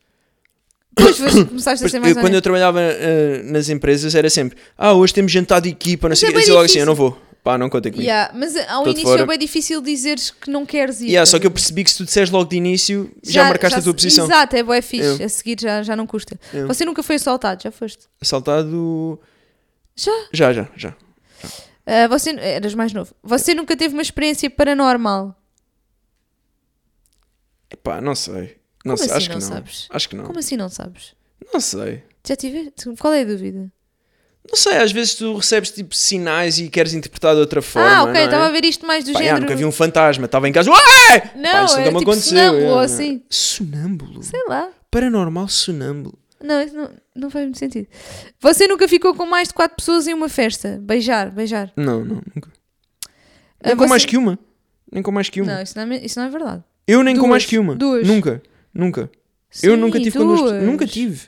Speaker 1: Depois vos- começaste a
Speaker 2: Pois,
Speaker 1: ser mais
Speaker 2: eu- quando eu
Speaker 1: honesto.
Speaker 2: trabalhava eh, nas empresas era sempre ah, hoje temos jantar de equipa, não
Speaker 1: Mas
Speaker 2: sei o
Speaker 1: é
Speaker 2: que,
Speaker 1: bem
Speaker 2: e logo assim,
Speaker 1: difícil.
Speaker 2: eu não vou, pá, não contem comigo. Yeah.
Speaker 1: Yeah, mas ao
Speaker 2: Tô de
Speaker 1: início é
Speaker 2: fora.
Speaker 1: bem difícil dizeres que não queres ir.
Speaker 2: só que eu percebi que se tu disseres logo de início, já, marcaste a tua
Speaker 1: se-
Speaker 2: posição.
Speaker 1: Exato, é boé fixe.
Speaker 2: Eu.
Speaker 1: A seguir já, já não custa. Você nunca foi assaltado, já foste?
Speaker 2: Assaltado.
Speaker 1: Já?
Speaker 2: Já, já, já.
Speaker 1: Ah, você, eras mais novo. Você nunca teve uma experiência paranormal?
Speaker 2: Pá, não sei. Não
Speaker 1: Como assim
Speaker 2: sei, acho
Speaker 1: não
Speaker 2: que não.
Speaker 1: sabes?
Speaker 2: Acho que não.
Speaker 1: Como assim não sabes?
Speaker 2: Não sei.
Speaker 1: Já tiveste? Qual é a dúvida?
Speaker 2: Não sei, às vezes tu recebes tipo sinais e queres interpretar de outra forma.
Speaker 1: ah, ok,
Speaker 2: não é?
Speaker 1: estava a ver isto mais do
Speaker 2: Pá, já,
Speaker 1: género.
Speaker 2: nunca vi um fantasma, estava em casa. Ué!
Speaker 1: Não,
Speaker 2: Pá,
Speaker 1: é
Speaker 2: isso nunca me
Speaker 1: tipo
Speaker 2: aconteceu.
Speaker 1: sonâmbulo,
Speaker 2: é.
Speaker 1: assim.
Speaker 2: Sonâmbulo?
Speaker 1: Sei lá.
Speaker 2: Paranormal sonâmbulo.
Speaker 1: Não, isso não, não faz muito sentido. Você nunca ficou com mais de quatro pessoas em uma festa? Beijar, beijar.
Speaker 2: Não, não, nunca.
Speaker 1: Ah,
Speaker 2: Nem com
Speaker 1: você-
Speaker 2: mais que um. uma. Nem com mais que uma.
Speaker 1: Não, isso não é, me- isso não é verdade.
Speaker 2: Eu nem com
Speaker 1: Duas.
Speaker 2: mais que uma.
Speaker 1: Duas.
Speaker 2: Nunca. Nunca.
Speaker 1: Sim,
Speaker 2: eu nunca tive com duas.
Speaker 1: duas.
Speaker 2: pessoas. Nunca tive.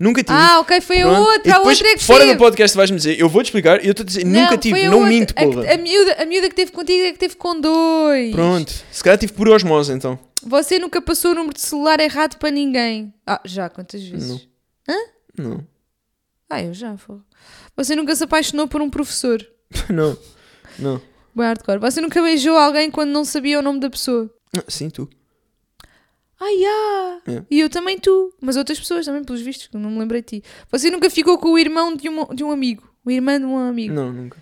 Speaker 2: Nunca tive.
Speaker 1: Ah, ok, foi a
Speaker 2: Pronto. E
Speaker 1: outra, a
Speaker 2: depois,
Speaker 1: outra é que
Speaker 2: Fora
Speaker 1: teve.
Speaker 2: do podcast vais-me dizer, eu vou-te explicar, eu estou a dizer, nunca tive,
Speaker 1: foi a
Speaker 2: não
Speaker 1: outra.
Speaker 2: minto,
Speaker 1: A que-
Speaker 2: porra.
Speaker 1: A, miúda, a miúda que teve contigo é que teve com dois.
Speaker 2: Pronto, se calhar tive por osmose então.
Speaker 1: Você nunca passou o número de celular errado para ninguém? Ah, já, quantas vezes?
Speaker 2: Não,
Speaker 1: Ah, eu já, fogo. Você nunca se apaixonou por um professor?
Speaker 2: não, não.
Speaker 1: Bem hardcore. Você nunca beijou alguém quando não sabia o nome da pessoa?
Speaker 2: Ah, Sim, tu.
Speaker 1: Ai, ah!
Speaker 2: É.
Speaker 1: E eu também tu. Mas outras pessoas também, pelos vistos, que não me lembrei de ti. Você nunca ficou com o irmão de, uma- de um amigo? O irmão de um amigo.
Speaker 2: Não, nunca.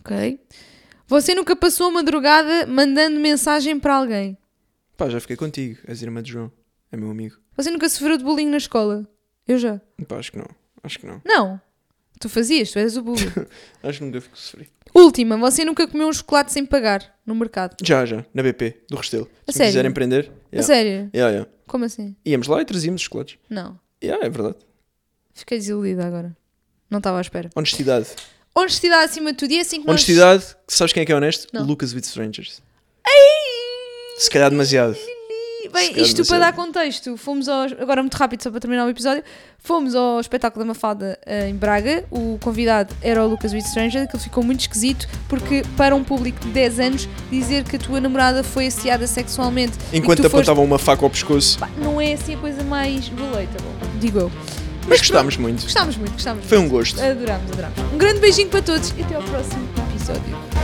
Speaker 1: Ok. Você nunca passou a madrugada mandando mensagem para alguém?
Speaker 2: Pá, já fiquei contigo, és irmã de João. É meu amigo.
Speaker 1: Você nunca sofreu de bullying na escola? Eu já.
Speaker 2: Pá, acho que não. Acho que não.
Speaker 1: Não. Tu fazias, tu és o bullying.
Speaker 2: Acho que nunca fico sofri.
Speaker 1: Última, você nunca comeu um chocolate sem pagar no mercado.
Speaker 2: Já, já. Na BP, do Restelo.
Speaker 1: A
Speaker 2: Se me
Speaker 1: sério?
Speaker 2: quiserem prender.
Speaker 1: A sério?
Speaker 2: Yeah, yeah.
Speaker 1: Como assim?
Speaker 2: Íamos lá e trazíamos os chocolates.
Speaker 1: Não.
Speaker 2: Yeah, é verdade.
Speaker 1: Fiquei desiludida agora. Não estava à espera.
Speaker 2: Honestidade.
Speaker 1: Honestidade acima de tudo. E é assim que nós...
Speaker 2: Honestidade, que sabes quem é que é honesto?
Speaker 1: Não.
Speaker 2: Lucas with Strangers.
Speaker 1: Ai!
Speaker 2: Se calhar demasiado.
Speaker 1: Bem,
Speaker 2: calhar
Speaker 1: isto para
Speaker 2: demasiado.
Speaker 1: dar contexto, fomos ao, agora muito rápido só para terminar o episódio, fomos ao espetáculo da Mafalda eh, em Braga, o convidado era o Lucas with Stranger, que ficou muito esquisito, porque para um público de 10 anos, dizer que a tua namorada foi assediada sexualmente e que
Speaker 2: Enquanto
Speaker 1: tu foste-
Speaker 2: apontavam uma faca ao pescoço.
Speaker 1: Pá, não é assim a coisa mais relatable, digo eu.
Speaker 2: Mas gostámos muito.
Speaker 1: Gostámos muito, gostámos
Speaker 2: Foi um
Speaker 1: muito.
Speaker 2: gosto.
Speaker 1: Adorámos, adorámos. Um grande beijinho para todos e até ao próximo episódio.